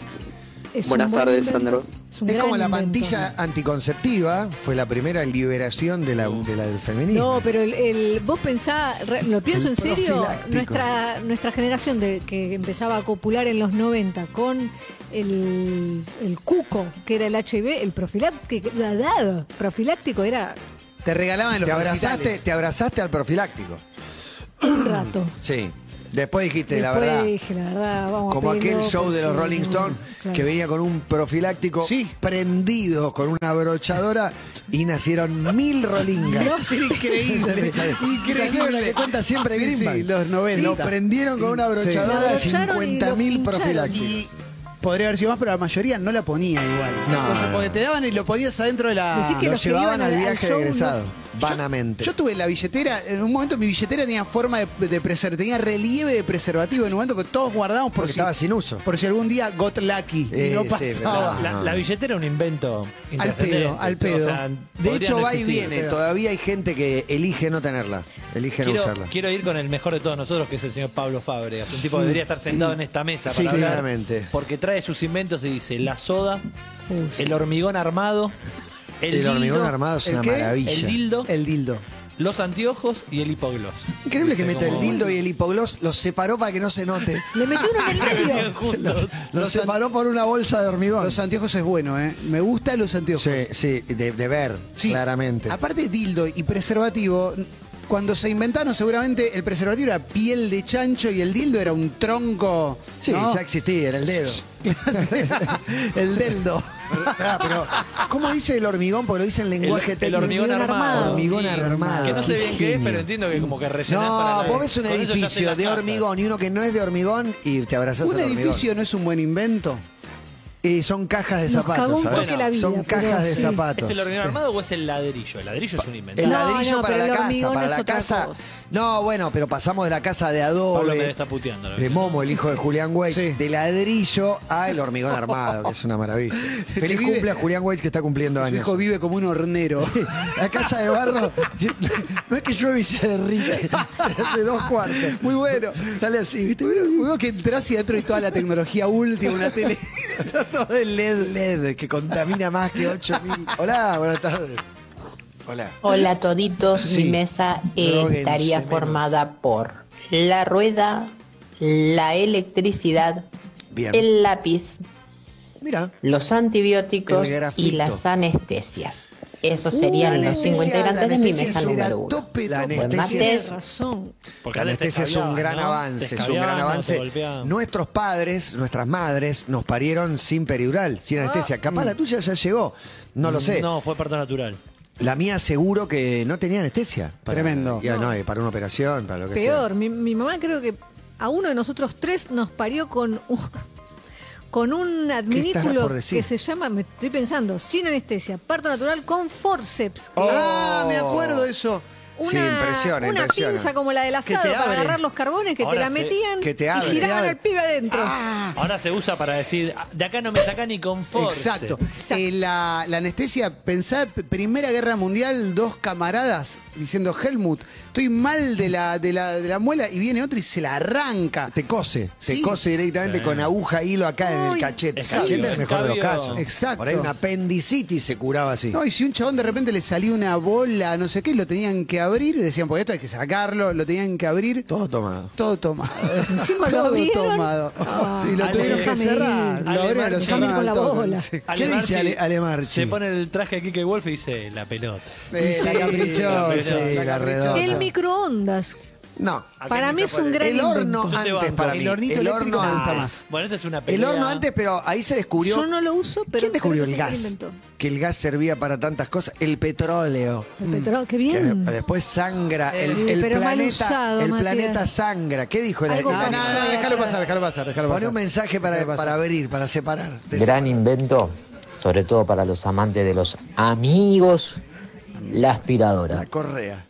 D: Es un
J: Buenas
D: buen
J: tardes,
D: invento.
J: Sandro.
D: un
B: Es
D: gran
B: como la
D: invento.
B: pantilla anticonceptiva, fue la primera liberación de la, de la del feminismo.
D: No, pero el, el- vos pensá, re- lo pienso
B: El
D: en serio,
B: profiláctico.
D: nuestra, nuestra generación de, que empezaba a copular en los 90 con el, el cuco, que era el HIV, el profiláctico, la edad profiláctico era
C: Te regalaban los
B: te, abrazaste,
C: recitales.
B: te abrazaste al profiláctico.
D: un rato.
B: Sí. Después dijiste, la
D: Después
B: verdad.
D: dije, la verdad, vamos a
B: Como aquel
D: pedirlo,
B: show de los
D: porque
B: Rolling
D: no,
B: Stones
D: claro.
B: que venía con un profiláctico
C: Sí.
B: prendido con una brochadora y nacieron mil rolingas.
C: No, sí, increíble, increíble.
B: La que cuenta siempre
C: Sí,
B: Greenback.
C: sí, los 90.
B: Lo prendieron con una brochadora
D: Sí. Lo
B: de
D: abrocharon y lo
B: 50 mil
D: pincharon.
B: profilácticos.
C: Y podría haber sido más, pero la mayoría no la ponía igual.
B: No,
C: Entonces,
B: no.
C: Porque te daban y lo ponías adentro de la.
D: Decí que
B: Lo
D: los que
B: llevaban
D: iban
B: al
D: al-
B: viaje
D: al
B: de
D: show no-
B: egresado,
C: Yo-
B: vanamente.
C: Yo, tuve la billetera, en un momento mi billetera tenía forma de, de preser- tenía relieve de preservativo en un momento, pero todos guardábamos por
B: Porque
C: si,
B: estaba sin uso.
C: por si algún día got lucky y
B: Eh,
C: no
B: sí,
C: pasaba.
B: verdad.
E: La, la billetera era un invento intrascendente.
C: pedo, al
E: O
C: pedo.
E: sea,
B: de
E: podría
B: hecho,
E: no
B: va y
E: existir.
B: viene. Todavía hay gente que elige no tenerla. Elige no
E: Quiero,
B: usarla. Mm.
E: quiero ir con el mejor de todos nosotros, que es el señor Pablo Fábregas. Un tipo que debería estar sentado en esta mesa
B: Sí,
E: para hablar,
B: claramente.
E: Porque trae sus inventos y dice la soda,
D: Uh, sí.
E: el hormigón armado, el,
B: El,
E: dildo,
B: hormigón armado es
C: ¿el
B: una
C: qué?
B: maravilla.
E: el dildo,
C: El dildo.
E: los anteojos y el hipogloss.
B: Increíble que
E: Dice
B: meta el
E: como-
B: dildo y el hipogloss los separó para que no se note.
D: Le metió uno en el medio.
E: Venían juntos.
B: Los separó por una bolsa de hormigón.
C: Los anteojos es bueno, ¿eh? Me gustan los anteojos.
B: Sí, sí, de, de ver,
C: Sí.
B: claramente.
C: Aparte, dildo y preservativo. Cuando se inventaron, seguramente el preservativo era piel de chancho y el dildo era un tronco.
B: Sí,
C: ¿no?
B: ya existía, era el dedo.
C: el dildo.
B: Ah, pero, ¿cómo dice el hormigón? Porque lo dice en
E: El,
B: lenguaje
E: el
B: técnico.
E: hormigón
D: Hormigón
E: armado.
D: armado.
B: Hormigón
E: Y-
B: armado.
E: Que no sé
B: Qué
E: bien qué es,
B: genio.
E: pero entiendo que como que rellenás para
B: No,
E: la-
B: vos ves un
E: con eso ya hacés
B: edificio
E: las
B: de
E: casas.
B: hormigón y uno que no es de hormigón y te abrazás
C: Un
B: al hormigón.
C: edificio no es un buen invento.
B: Y son cajas de
D: Nos cagó
B: zapatos.
D: un
B: ¿sabes?
D: toque la vida,
B: son
D: pero
B: cajas de
D: sí.
B: zapatos.
E: ¿Es el hormigón armado o es el ladrillo? El ladrillo es un invento.
B: El
D: No,
B: ladrillo
D: no,
B: para
D: pero
B: la
D: el
B: casa,
D: hormigón
B: para
D: es
B: la
D: otra
B: casa.
D: cosa.
B: No, bueno, pero pasamos de la casa de adobe.
E: Pablo me debe estar puteando, la
B: De
E: verdad.
B: Momo, el hijo de Julián Weitz,
C: Sí.
B: de ladrillo a el hormigón armado, que es una maravilla. Feliz
C: vive-
B: cumple a Julián Weitz que está cumpliendo
C: Su
B: años.
C: hijo vive como un hornero.
B: La casa de barro, no es que llueve y se derrite, hace dos cuartos.
C: Muy bueno.
B: Sale así, ¿viste?
C: Bueno, muy bueno que entras y adentro y toda la tecnología última, una tele.
B: Está todo el LED, LED, que contamina más que 8000. Hola, buenas tardes. Hola.
K: Hola toditos,
B: Sí.
K: mi mesa eh,
B: Droguense
K: estaría
B: menos.
K: formada por la rueda, la electricidad,
B: Bien.
K: el lápiz,
B: Mira.
K: los antibióticos
B: El grafito.
K: y las anestesias. Esos
B: Uh,
K: serían
B: la
K: los cinco
B: anestesia-
K: integrantes
B: la
K: de mi
B: anestesia
K: mesa
B: será
K: número uno.
B: tope, tope.
K: Buen
B: La
K: mate,
B: anestesia
D: Tenés razón.
E: Porque
B: La
E: antes te
B: anestesia este es un
E: escabiaban,
B: gran
E: ¿no? Te
B: avance, es un
E: escabiaban,
B: gran
E: te
B: avance.
E: golpeaban.
B: Nuestros padres, nuestras madres, nos parieron sin peridural, sin anestesia. Capaz la tuya ya llegó, no lo sé.
E: Ah, mm. No, fue parto natural.
B: La mía seguro que no tenía anestesia. para-
C: Tremendo.
B: ya, no, eh, para una operación, para lo que sea.
D: Peor, mi, mi mamá creo que a uno de nosotros tres nos parió con un, con un adminículo
B: por decir?
D: que se llama, me estoy pensando, sin anestesia, parto natural con forceps. que
C: Ah,
E: Oh.
C: me acuerdo de eso.
D: Una,
B: Oh. sí, impresiona,
D: una
B: impresiona.
D: pinza como la del
B: Que te
D: asado para
B: abre.
D: agarrar los carbones que
E: Ahora
D: te la
E: se-
D: metían
B: que te abre. Ah.
D: y giraban
B: Te abre.
D: al pibe adentro.
E: Ahora se usa para decir, "Ah, de acá no me saca ni con force.
C: Exacto.
D: Exacto.
C: Eh, la, la anestesia, pensá, Primera Guerra Mundial, dos camaradas diciendo, Helmut, estoy mal de la, de la, de la muela, y viene otro y se la arranca.
B: Te cose,
C: Sí.
B: te cose directamente
C: Sí.
B: con aguja, hilo acá en
C: Uy.
B: el cachete. El
C: Escabio,
B: cachete es el mejor de los
C: escabio.
B: casos.
C: Exacto.
B: Por ahí una apendicitis se curaba así.
C: No, y si un chabón de repente le salió una bola, no sé qué, lo tenían que abrir, y decían, pues esto hay que sacarlo, lo tenían que abrir.
B: Todo tomado.
C: Todo tomado.
D: Encima lo
C: Todo
D: abrieron.
C: tomado.
D: Ah,
C: y lo
E: Ale-
C: tuvieron que
E: déjame
C: cerrar.
E: ir.
C: Lo abrieron,
E: Ale
C: lo
E: Marchi.
C: cerraron
E: Déjame con la
C: todo.
E: bola.
C: Sí.
B: ¿Qué dice Ale- Ale Marchi?
E: Se pone el traje de Kike Wolf y dice la pelota.
C: Eh, la
B: Sí,
C: caprichosa,
E: la pelota.
B: sí, la redonda.
D: El microondas.
B: No.
D: Para mí es un gran
B: El horno
D: invento.
E: Yo te
B: antes
E: banco.
B: para mí.
C: El hornito
B: el
C: eléctrico
B: horno
C: me gusta
B: antes.
C: más.
E: Bueno, esta es una pelea.
B: El horno antes, pero ahí se descubrió.
D: Yo no lo uso, pero.
B: ¿Quién descubrió
D: creo
B: el
D: que es gran
B: gas?
D: invento.
B: Que el gas servía para tantas cosas. El petróleo.
D: El petróleo, qué
B: Mm. Que
D: bien.
B: después sangra.
D: Eh,
B: El, el
D: pero mal
B: planeta,
D: usado,
B: el
D: Matías.
B: planeta sangra. ¿Qué dijo el
D: Algo
B: el-
C: No, no,
D: pasó.
C: no, déjalo pasar, déjalo pasar, déjalo
B: Pone
C: pasar.
B: un mensaje para, para abrir, para separar.
L: Gran invento, sobre todo para los amantes de los amigos, la aspiradora.
B: La correa.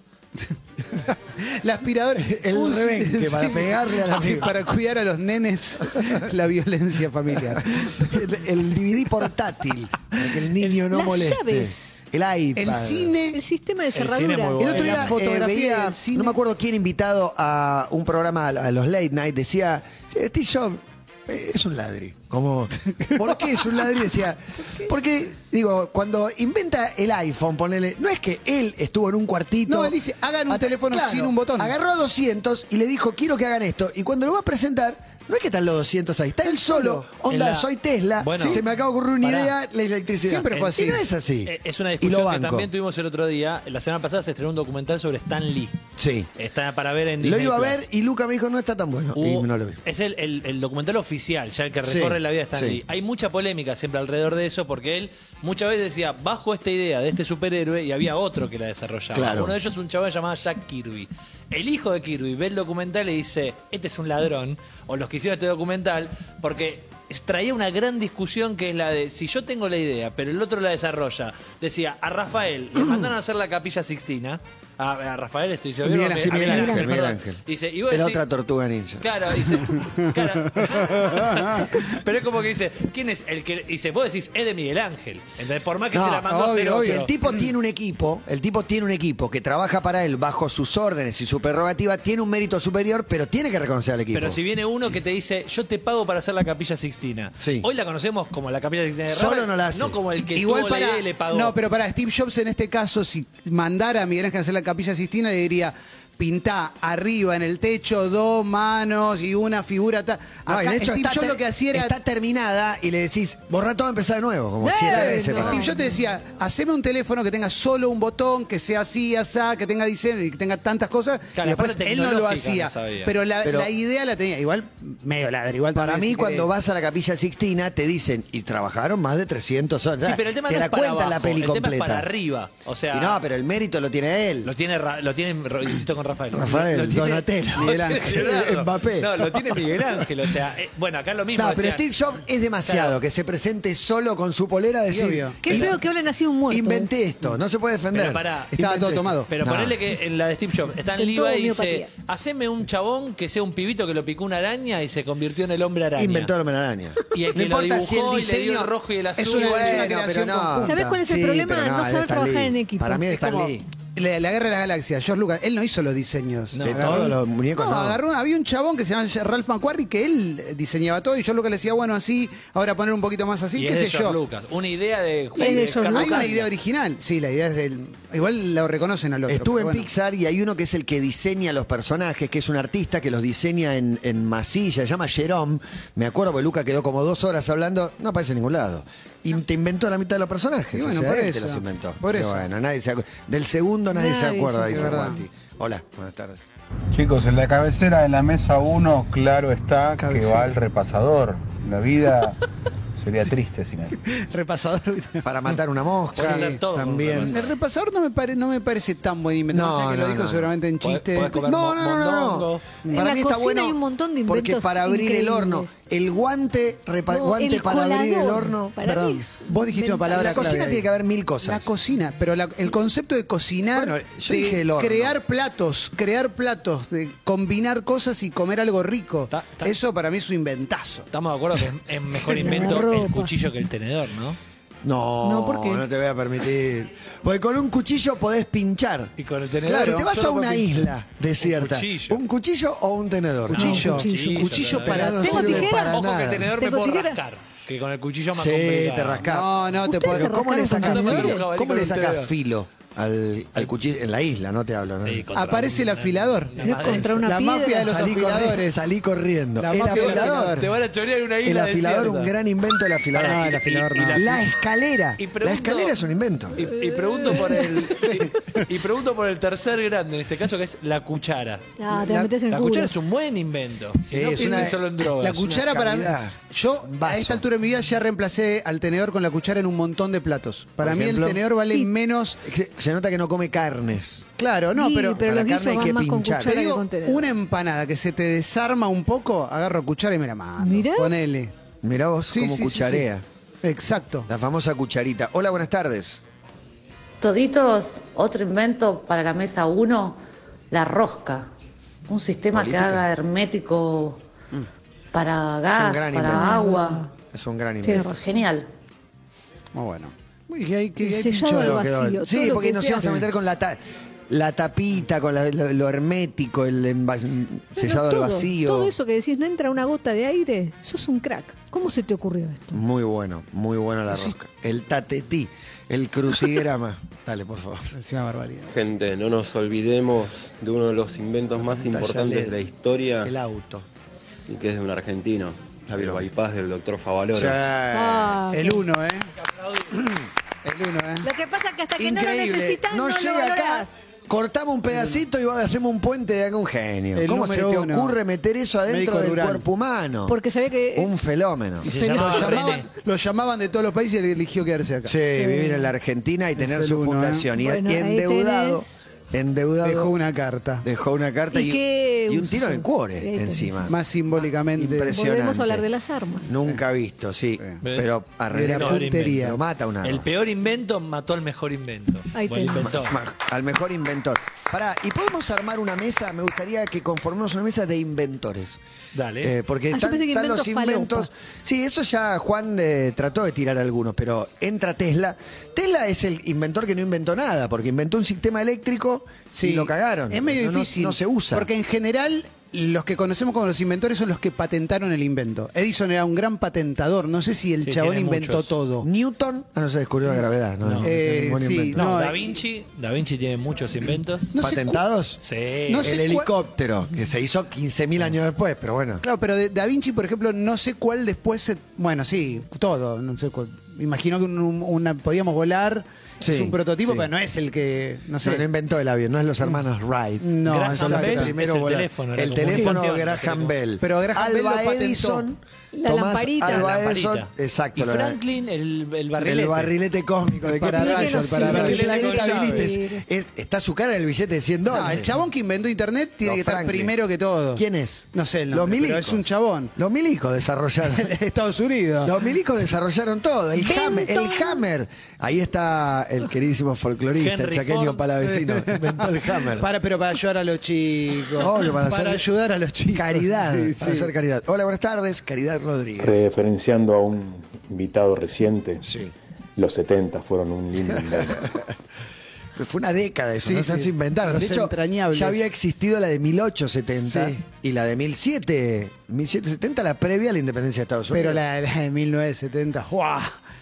C: La aspiradora.
B: El
C: Un-
B: rebenque para pegarle a la
C: Sí, Para cuidar a los nenes la violencia familiar.
B: El, el DVD portátil. para que el niño no
D: Las
B: moleste.
D: llaves.
B: El iPad.
C: El cine.
D: El sistema de
E: cine es
D: cerradura.
E: muy
B: El otro
E: En
C: la
B: día eh,
C: fotografía
B: veía,
C: del cine.
B: no me acuerdo quién invitado a un programa, a los late night, decía, Steve Jobs eh, es un ladri. Como, ¿Por qué es un ladri? Decía, porque, digo, cuando inventa el iPhone, ponele, no es que él estuvo en un cuartito.
C: No, él dice, hagan un
B: Ata-
C: teléfono
B: claro,
C: sin un botón.
B: Agarró a 200 y le dijo, quiero que hagan esto. Y cuando lo va a presentar, no es que están los 200 ahí, está él solo.
E: En
B: Onda,
E: la-
B: soy Tesla,
E: Bueno,
B: se me acaba de ocurrir una
E: pará.
B: idea, la electricidad.
C: Siempre fue así.
B: Y no es así.
E: Eh, Es una
B: Y lo
E: discusión que
B: banco.
E: también tuvimos el otro día. La semana pasada se estrenó un documental sobre Stan Lee.
B: Sí.
E: Está para ver en
B: Lo
E: Disney
B: iba a
E: Plus.
B: ver y Luca me dijo, no está tan bueno.
E: Hubo-
B: y no lo vi.
E: Es el, el- el documental oficial, ya el que
B: Sí,
E: recorre la vida de Stan
B: sí.
E: Lee. Hay mucha polémica siempre alrededor de eso, porque él muchas veces decía, bajo esta idea de este superhéroe, y había otro que la desarrollaba.
B: Claro.
E: Uno de ellos es un chaval llamado Jack Kirby. El hijo de Kirby ve el documental y dice, este es un ladrón, o los que hicieron este documental, porque traía una gran discusión que es la de si yo tengo la idea pero el otro la desarrolla decía a Rafael le mandaron a hacer la capilla Sixtina a, a Rafael estoy diciendo
B: Miguel
E: ¿vieron?
B: Ángel,
E: A
B: Miguel Ángel, Miguel
E: perdón.
B: Ángel.
E: dice y vos
B: Era
E: decís-
B: otra tortuga ninja.
E: Claro, dice. claro. Pero es como que dice, ¿quién es el que.? Dice, vos decís, es de Miguel Ángel. Entonces, por más que
B: No,
E: se la mandó a hacer
B: obvio,
E: otro.
B: obvio. El tipo tiene un equipo, el tipo tiene un equipo que trabaja para él bajo sus órdenes y su prerrogativa, tiene un mérito superior, pero tiene que reconocer al equipo.
E: Pero si viene uno que te dice, yo te pago para hacer la capilla Sixtina.
B: Sí.
E: Hoy la conocemos como la capilla Sixtina de
B: Solo
E: Rafael,
B: no la hace.
E: No como el que tuvo la idea y le pagó.
C: No, pero para Steve Jobs en este caso, si mandara a Miguel Ángel a hacer la capilla Sistina, le diría. Pintá arriba en el techo dos manos y una figura tal.
B: No,
C: Acá
B: y de hecho
C: Steve
B: está,
C: Jobs
B: ter-
C: lo que hacía era.
B: está terminada y le decís, borra todo, empezá de nuevo, como
D: Eh,
B: 100 veces.
D: no.
B: para-
C: Steve Jobs te decía, haceme un teléfono que tenga solo un botón, que sea así, asá, que tenga diseño y que tenga tantas cosas.
E: Claro,
C: y después
E: aparte
C: él no lo
E: tecnológica,
C: hacía.
E: no sabía.
C: pero, la,
B: Pero-
C: la idea la tenía. Igual, medio ladra. Igual
B: Para
C: también,
B: mí,
C: si
B: cuando
C: querés.
B: vas a la Capilla Sixtina, te dicen, y trabajaron más de 300 horas.
E: Sí, pero el tema
B: te
E: no
B: la
E: es para
B: cuenta la
E: abajo,
B: peli
E: el tema es
B: completa.
E: para arriba, o sea-
B: Y no, pero el mérito lo tiene él.
E: Lo tiene, Ra- lo tiene ro- insisto con Rafael.
B: Rafael,
E: Lo tiene-
B: Donatello,
E: lo
B: Miguel
E: tiene
B: Ángel,
E: Leonardo.
B: Mbappé.
E: No, lo tiene Miguel Ángel. O sea, eh, bueno, acá lo mismo.
B: No, pero
E: decía-
B: Steve Jobs es demasiado
E: Claro.
B: que se presente solo con su polera a decir.
C: obvio.
D: Qué feo que hablan así un muerto.
B: Inventé esto, no se puede defender.
E: Pero pará.
B: Inventé
C: Estaba todo
B: esto.
C: tomado.
E: Pero
B: No.
E: ponele que en la de Steve Jobs, Stan
D: Intentó
E: Lee va y dice,
D: homeopatía.
E: haceme un chabón que sea un pibito que lo picó una araña y se convirtió en el hombre araña.
B: Inventó el hombre araña.
E: Y el que lo dibujó y le dio el rojo y el azul.
B: Es una,
E: Es una
C: creación
B: pero no.
C: conjunta.
D: ¿Sabés cuál es el problema?
B: pero
D: No
B: es de
D: saber
B: Stan
D: trabajar
B: Lee.
D: en equipo.
B: Para mí es de
D: Es
B: Stan
D: como-
B: Lee.
C: La, la guerra de las galaxias, George Lucas, él no hizo los diseños.
E: No.
B: De
C: Agarró-
B: todos los muñecos, no.
C: agarró- había un chabón que se llama Ralph McQuarrie que él diseñaba todo y George Lucas le decía, bueno, así, ahora poner un poquito más así,
E: Y
C: qué
E: es de
C: sé yo.
E: George Lucas. Una idea de...
D: Es de George
E: Carlos
C: Hay una
E: Sainz.
C: idea original. Sí, la idea es del. Igual lo reconocen al otro.
B: Estuve en
C: pero bueno.
B: Pixar y hay uno que es el que diseña los personajes, que es un artista que los diseña en, en masilla, se llama Jerome. Me acuerdo porque Luca quedó como dos horas hablando, no aparece en ningún lado. Y te inventó la mitad de los personajes.
C: Y bueno,
B: o sea,
C: por
B: él
C: eso,
B: te los inventó.
C: por
B: Pero
C: eso.
B: bueno, nadie se acu- Del segundo nadie, se
D: Nadie
B: acuerda,
D: se
B: dice
C: acuerda.
B: Guanti. Hola, buenas tardes.
G: Chicos, en la cabecera de la mesa 1, claro está
C: Cabecera.
G: que va el repasador. La vida sería triste sin él.
C: Repasador.
B: Para matar una mosca.
E: Puedes hacer todo con una
B: también.
E: masa.
C: El repasador no me, pare- no me parece tan buen invento.
B: No,
C: ya que
B: no,
C: lo dijo
B: no, no.
C: seguramente en
E: Podés-
C: chiste.
E: podés comer
B: No, no, no, no,
E: mondongo.
B: no.
D: En la cocina hay un montón de
B: porque
D: inventos
B: para abrir el
D: increíbles.
B: horno, el guante, repa-
D: No,
B: guante
D: el
B: para abrir el
D: colador.
B: horno.
D: Para
C: Perdón,
D: mí es un
C: vos dijiste una
D: invento.
C: palabra
B: La cocina
C: clave
B: tiene
C: ahí.
B: que haber mil cosas.
C: La cocina, pero la- el concepto de cocinar,
B: Bueno, yo
C: de
B: dije el horno.
C: crear platos, crear platos, de combinar cosas y comer algo rico.
E: Ta- ta-
C: Eso para mí es un inventazo.
E: Estamos de acuerdo que es- es mejor invento
D: ropa.
E: el cuchillo que el tenedor, ¿no?
B: No,
D: No, ¿por qué?
B: no te voy a permitir. Porque con un cuchillo podés pinchar.
E: Y con el tenedor.
B: Claro, si te vas
E: solo
B: a
E: con
B: una
E: pinchar.
B: isla desierta, ¿un cuchillo, o un tenedor?
E: No,
B: cuchillo.
E: un cuchillo,
B: Cuchillo para
E: tenedor.
B: no
E: ¿Tengo
B: sirve
E: tijera?
B: para
E: Ojo que
B: nada.
E: tenedor me
B: ¿Tengo
E: puedo
B: tijera?
E: rascar. Que con el cuchillo más
B: Sí,
E: complicado.
B: te rascás.
C: No, no, te
B: Pero
C: podés.
B: ¿Cómo le sacás
E: tenedores?
B: filo?
E: Andate
B: ¿Cómo le
E: con
B: sacás
E: tenedor.
B: filo al, al cuchillo? En la isla, no te hablo. ¿no?
C: Aparece el afilador.
D: contra una
C: la
D: piedra.
C: mafia de los
B: salí corri-
C: afiladores.
B: salí corriendo.
C: La
B: el
C: mafia del
B: afilador.
C: afilador.
E: Te van a chorear en una
B: El
E: isla
B: afilador,
E: desierta.
B: un gran invento del afilador.
E: Pará, No, el y- afilador y no. la-
B: La escalera.
E: Y pregunto-
B: la escalera es un invento.
E: Y, y pregunto por el y, y pregunto por el tercer grande en este caso que es la cuchara.
D: Ah, te la
E: la,
D: metes en el
E: la
D: culo.
E: cuchara es un buen invento. Si no
B: es
E: piensen
B: una-
E: solo en drogas.
C: La cuchara para mí.
B: cavidad.
C: Yo a esta altura de mi vida ya reemplacé al tenedor con la cuchara en un montón de platos. Para
B: Por
C: mí
B: ejemplo.
C: el tenedor vale menos.
B: Se- Se nota que no come carnes.
C: Claro, no,
D: Sí,
C: pero.
B: para
D: pero los
B: carne
D: guisos
B: hay
D: van
B: que
D: más con
B: pinchar.
D: cuchara
C: Te
D: que
C: digo,
D: con tenedor.
C: una empanada que se te desarma un poco, agarro cuchara y me la mando.
D: Mirá.
C: Ponele.
B: Mirá vos
C: Sí,
B: cómo
C: sí, sí,
B: cucharea.
C: sí. Exacto.
B: La famosa cucharita. Hola, buenas tardes.
M: Toditos, otro invento para la mesa 1, la rosca. Un sistema
B: Política. Mm.
M: que haga hermético para
B: es un
M: gas, para
B: gran invento.
M: agua.
B: Es un gran
M: Que
B: invento.
M: es genial.
C: Muy bueno. Uy, que hay- que
D: El
C: hay
D: sellado
C: pinchado.
D: al
B: Quedó, quedó.
D: vacío, todo
B: Sí,
D: lo
B: porque
D: que
B: nos
D: sea.
B: íbamos a meter con la, ta- la tapita, con la- lo, lo hermético, el enva-
D: Pero
B: sellado
D: todo,
B: al vacío.
D: Todo eso que decís, no entra una gota de aire, sos un crack. ¿Cómo se te ocurrió esto?
B: Muy bueno, muy bueno la rosca. El tatetí, el crucigrama. Dale, por favor.
C: Es una barbaridad. Eh,
N: Gente, no nos olvidemos de uno de los inventos más
B: Tallalero.
N: importantes de la historia
B: El auto.
N: y que es de un argentino, el bypass del doctor Favaloro.
D: Ah,
C: El uno, ¿eh? El uno, ¿eh?
D: Lo que pasa es que hasta que no lo
B: Increíble.
D: necesitas, no, lo
B: llega acá,
D: valorás.
B: cortamos un pedacito y hacemos un puente de algún genio.
C: El
B: ¿Cómo se te
C: número uno.
B: ocurre meter eso adentro
C: Médico
B: del
C: rural.
B: cuerpo humano?
D: Porque sabía que. eh,
B: Un fenómeno.
E: se
B: Sí,
E: llamaba
C: Lo
E: René.
C: llamaban, lo llamaban de todos los países y él eligió quedarse acá.
B: vivir en la Argentina y tener
C: el
B: su
C: uno, ¿eh?
B: fundación. Y-
D: Bueno,
B: y
D: ahí
B: endeudado.
D: tenés.
B: Endeudado.
C: Dejó una carta.
B: Dejó una carta
D: ¿Y
B: y,
D: qué
B: y un tiro en el
D: uso? Este,
B: cuore
D: Ahí tenés.
B: encima.
C: Más simbólicamente.
B: Impresionante.
D: Volvemos a hablar de las armas.
B: Nunca visto, sí. Pero
C: Era
B: arregla
E: No,
C: puntería.
B: Lo mata una.
E: El peor invento mató al mejor invento.
D: Ahí
E: Buen
D: tenés.
E: inventor.
B: Ma- Al mejor inventor. Pará, ¿y podemos armar una mesa? Me gustaría que conformemos una mesa de inventores.
E: Dale.
B: Eh, porque
D: Ah, yo
B: están,
D: pensé que
B: están los
D: inventos
B: inventos. Sí, eso ya Juan eh, trató de tirar algunos, pero entra Tesla. Tesla es el inventor que no inventó nada, porque inventó un sistema eléctrico y lo cagaron.
C: Es medio
B: No- no-
C: difícil.
B: No, se usa.
C: Porque en general, los que conocemos como los inventores son los que patentaron el invento. Edison era un gran patentador. No sé si el
E: Sí,
C: chabón
E: tiene
C: inventó
E: muchos.
C: todo.
B: Newton ah, no se descubrió la gravedad, no,
E: No.
B: no
C: Eh,
B: hizo ningún
C: sí,
B: invento.
E: No,
C: No,
E: Da
C: eh.
E: Vinci, Da Vinci tiene muchos inventos.
C: No sé
B: ¿Patentados?
E: Sí.
C: no
B: Eh, el
C: sé cuál-
B: helicóptero, que se hizo 15.000 años después, pero bueno.
C: Claro, pero de Da Vinci, por ejemplo, no sé cuál después se- Bueno, sí, todo. No sé cuál. Imagino que un- un- una, podíamos volar.
B: Sí,
C: es un prototipo,
B: sí.
C: pero no es el que. No sé.
B: No, no inventó el avión, no es los hermanos Wright.
C: No,
E: Graham
B: son los que
E: Bell es
B: primero
E: el
B: volaron.
E: teléfono, era
B: El
E: como
B: teléfono
E: un-
B: Graham Bell.
C: Pero Graham Bell lo
B: Alba
C: patentó.
B: Edison.
D: La
B: Tomás
D: lamparita.
B: Alba
E: La
B: Edison,
E: lamparita.
B: exacto.
E: Y
B: la-
E: Franklin, el, el barrilete.
B: El barrilete cósmico de
C: Para
B: qué
C: rayos,
B: piensas?
C: para
B: ¿Por qué
C: rayos.
B: planeta
E: Con llave.
B: viniste? Es- Está su cara en el billete de 100 dólares.
C: No, el chabón que inventó Internet tiene
B: Los
C: que estar
B: Franklin.
C: primero que todo.
B: ¿Quién es?
C: No sé el
B: Los
C: nombre, pero
B: milicos.
C: es un chabón.
B: Los milicos desarrollaron.
C: Estados Unidos.
B: Los milicos desarrollaron todo. El
D: Benton.
B: hammer, el hammer. Ahí está el queridísimo folclorista, el
E: Henry
B: chaqueño
E: Ford.
B: palavecino. Inventó el hammer.
C: Para, pero para ayudar a los chicos.
B: Obvio, para hacer-
C: ayudar a los chicos.
B: Caridad.
C: Sí,
B: para
C: sí.
B: hacer caridad. Hola, buenas tardes. Caridad Rodríguez.
O: Referenciando a un invitado reciente,
B: Sí.
O: los 70 fueron un lindo invento.
B: Pues Fue una década eso,
C: Sí,
B: no se
C: sí.
B: inventaron. De
C: Los
B: hecho,
C: entrañables.
B: ya había existido la de 1870
C: Sí.
B: y la de 1700. 1770, la previa a la independencia de Estados Unidos.
C: Pero la, la de 1970, ¡guau!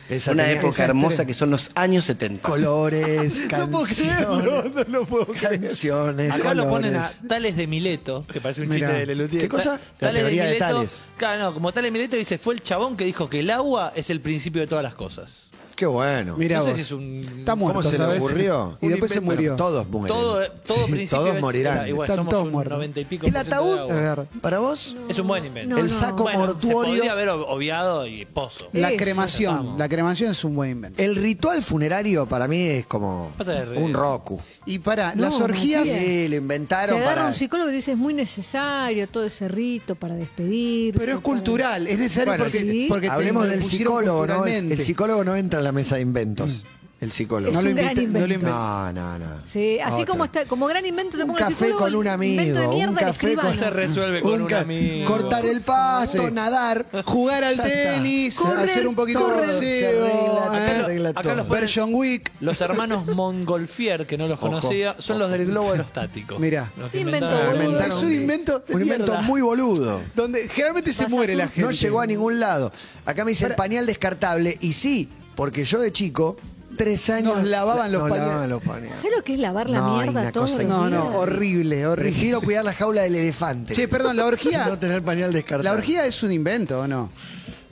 B: Esa
P: Una
B: tenía
P: época
B: desastre.
P: hermosa que son los años 70.
B: Colores,
C: No puedo
B: canciones,
C: creerlo, no lo puedo creer.
B: canciones,
E: Acá lo ponen a
B: colores.
E: Tales de Mileto, que parece un
C: Mirá.
E: chiste de Lelutier.
B: ¿Qué cosa? La
E: Ta- Tales de
B: teoría de
E: Mileto.
B: Tales.
E: Claro, no, como Tales de Mileto dice, fue el chabón que dijo que el agua es el principio de todas las cosas.
B: Qué bueno.
C: Mirá
E: no sé
C: vos.
E: si es un-
C: Está
B: ¿Cómo
C: muerto,
B: se le
C: ¿sabes?
B: ocurrió?
C: Y
B: Un
C: después se
B: invento.
C: murieren.
B: Todos mueren.
E: Todo, todo
B: Sí,
E: principio
B: todos
E: es-
B: morirán.
E: era- igual,
C: Están
E: somos
C: todos
E: un
C: muertos.
E: 90 y pico
B: el
E: por ciento de
B: ataúd,
E: agua.
C: agua.
B: para vos,
E: es un buen invento.
D: No,
B: el
D: no.
B: saco
E: Bueno, Se podría
B: mortuorio,
E: haber ob- obviado y pozo.
C: La
D: Eso,
C: cremación.
E: vamos.
C: La cremación es un buen invento.
B: el ritual funerario para mí es como
E: Pasa de re-
B: un Roku.
C: Y para,
D: No,
C: las orgías.
D: Matías.
B: Sí, lo
D: Te
B: inventaron
D: agarra
B: para...
D: un psicólogo y dice es muy necesario todo ese rito para despedirse.
C: Pero es
D: para-
C: cultural, es necesario
B: Bueno,
C: porque,
D: sí.
C: porque te
B: Hablemos
C: lo
B: del
C: impusieron
B: psicólogo, ¿no? Es-
C: culturalmente. Mm.
B: El psicólogo no entra en la mesa de inventos.
P: El psicólogo.
D: Es No lo un invite- gran invento. no lo invente.
P: No, no, no.
D: Sí, así
P: Otra.
D: como está, como gran invento te
B: Un
D: pongo el
B: café
D: psicólogo,
B: con un amigo.
D: invento de mierda
B: un
D: el
B: café
D: escribano.
B: con...
E: Se resuelve con un
B: ca-
E: amigo.
B: Cortar el pasto,
C: Sí.
B: nadar.
C: Jugar al
B: Ya está.
C: tenis,
B: Correr,
C: hacer un poquito de
B: correr. Se
C: boxeo.
B: arregla,
E: Acá,
B: se
E: lo-
B: arregla
E: acá
B: todo.
E: los padres-
C: John Wick.
E: Los hermanos Montgolfier, que no los
B: Ojo,
E: conocía, son los del globo aerostático.
C: Mirá.
E: Los que
D: Inventó,
E: inventaron-
D: boludo.
B: Inventaron
C: Ah, Es un invento
B: Un invento
C: mierda.
B: muy boludo.
C: Donde generalmente se
D: Pasa
C: muere
D: tú.
C: la gente.
B: No llegó a ningún lado. Acá me dicen pañal descartable. Y sí, porque yo de chico, tres años.
C: Nos lavaban los
B: nos
C: pañales.
B: lavaban los pañales.
D: ¿Sabes lo que es lavar la
B: No, hay una
D: mierda todo?
B: cosa
D: el
C: No,
D: día?
C: no, horrible, horrible.
B: Prefiero cuidar la jaula del elefante.
C: Che, perdón, la orgía.
B: No tener pañal descartable.
C: La orgía es un invento, ¿o no?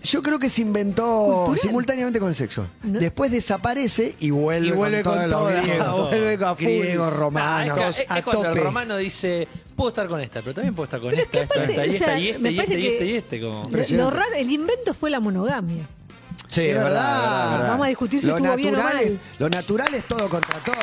B: Yo creo que se inventó
D: Cultural.
B: simultáneamente con el sexo.
D: No.
B: Después desaparece y vuelve,
C: Y vuelve
B: con,
C: con
B: todo
C: toda, vuelve con full.
B: griego,
E: Ah, es
B: romano,
E: que- es- es
C: a
E: cuando el
C: tope.
E: romano dice, puedo estar con esta, pero también puedo estar con
D: Pero es
E: esta,
D: que
E: esta,
D: aparte,
E: esta, y
D: o sea,
E: esta, y esta,
D: me
E: y esta,
D: parece
E: y esta,
D: que-
E: y este, como...
D: Lo- Lo raro, el invento fue la monogamia.
B: Sí,
C: es verdad,
D: verdad. Vamos a discutir si
B: lo
D: estuvo
B: natural
D: bien o
B: es,
D: mal.
B: Lo natural es todo contra todo.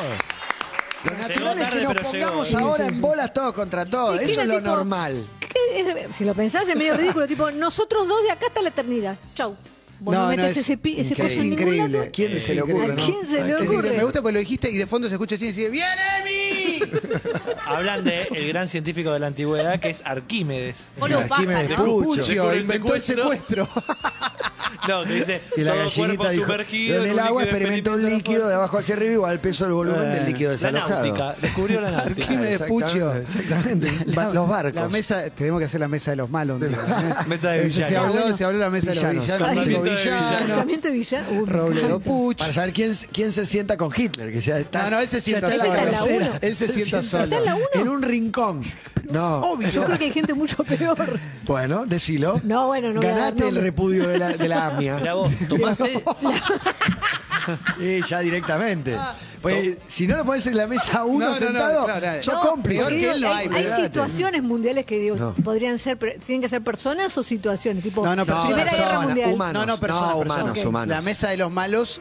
B: Lo natural es
E: tarde,
B: que nos
E: pero
B: pongamos
E: llegó.
B: ahora en bolas todo contra todo.
D: Es que
B: Eso
D: era
B: es lo
D: tipo-
B: normal.
D: ¿Qué es? Si lo pensás es medio ridículo, tipo, nosotros dos de acá hasta la eternidad. Chau. Vos no,
C: No, no,
D: metés
C: es
D: ese, pi- ese
B: increíble.
D: coso en ningún
C: Increíble.
D: lado.
B: ¿Quién se le ocurre?
D: ¿A
B: no?
D: quién se
B: ¿A
D: le
B: quién
C: Es increíble,
D: ocurre?
C: Me gusta porque lo dijiste y de fondo se escucha Chini y dice, ¡Bien, Emi!
E: Hablan de el gran científico de la antigüedad, que es Arquímedes.
B: Bueno, Arquímedes
E: ¿no?
B: Pucho.
C: Puccio
E: el
C: inventó el secuestro.
E: No, que dice,
B: Y la
E: todo cuerpo
B: gallinita dijo,
E: sumergido
B: en el agua
E: líquido
B: experimenta un
E: expeliendo
B: líquido de abajo hacia arriba igual al peso del volumen del líquido
E: Eh, la
B: desalojado.
E: náutica, descubrió la náutica.
C: Arquímedes
B: Exactamente,
C: Puccio.
B: Exactamente. Ba- Los barcos.
C: La mesa, tenemos que hacer la mesa de los malos. un día, ¿eh?
E: Mesa de
C: Ese Se
E: villanos.
C: habló,
B: Bueno,
C: se habló de la mesa
B: villanos.
C: de los
D: Ay,
C: villanos.
E: Casamiento de
C: villanos.
E: villanos.
D: Casamiento de Villa. Uy, me
C: Robledo
D: encanta.
C: Puch.
B: Para saber quién, quién se sienta con Hitler, que ya está.
C: No, no, él se sienta
B: ya está en
D: solo.
B: la
D: Está en la
B: cabecera.
D: uno.
B: Él se sienta
C: Está
B: solo.
D: en la uno.
B: un rincón. No.
C: Oh.
D: Yo creo que hay gente mucho peor.
B: Bueno, decilo.
D: No, bueno, no voy a dar
B: Ganate el
D: nombre.
B: repudio de la, de la AMIA.
E: Mirá vos, tomás e-
B: Eh, ya directamente. Pues, si no lo pones en la mesa uno
C: Ah. No, no, no,
B: sentado,
C: claro, no.
B: yo
D: No,
B: cómplice.
C: peor
D: te
C: que
D: digo,
C: él no hay,
D: hay, hay
B: olvidate.
D: situaciones mundiales que digo,
B: No.
D: podrían ser, pero tienen que ser personas o situaciones, tipo
C: No, no, personas.
D: Primera Guerra
C: Personas,
D: Mundial.
B: humanos.
C: No, no, personas,
B: No, humanos,
C: personas.
B: humanos.
C: La mesa de los malos,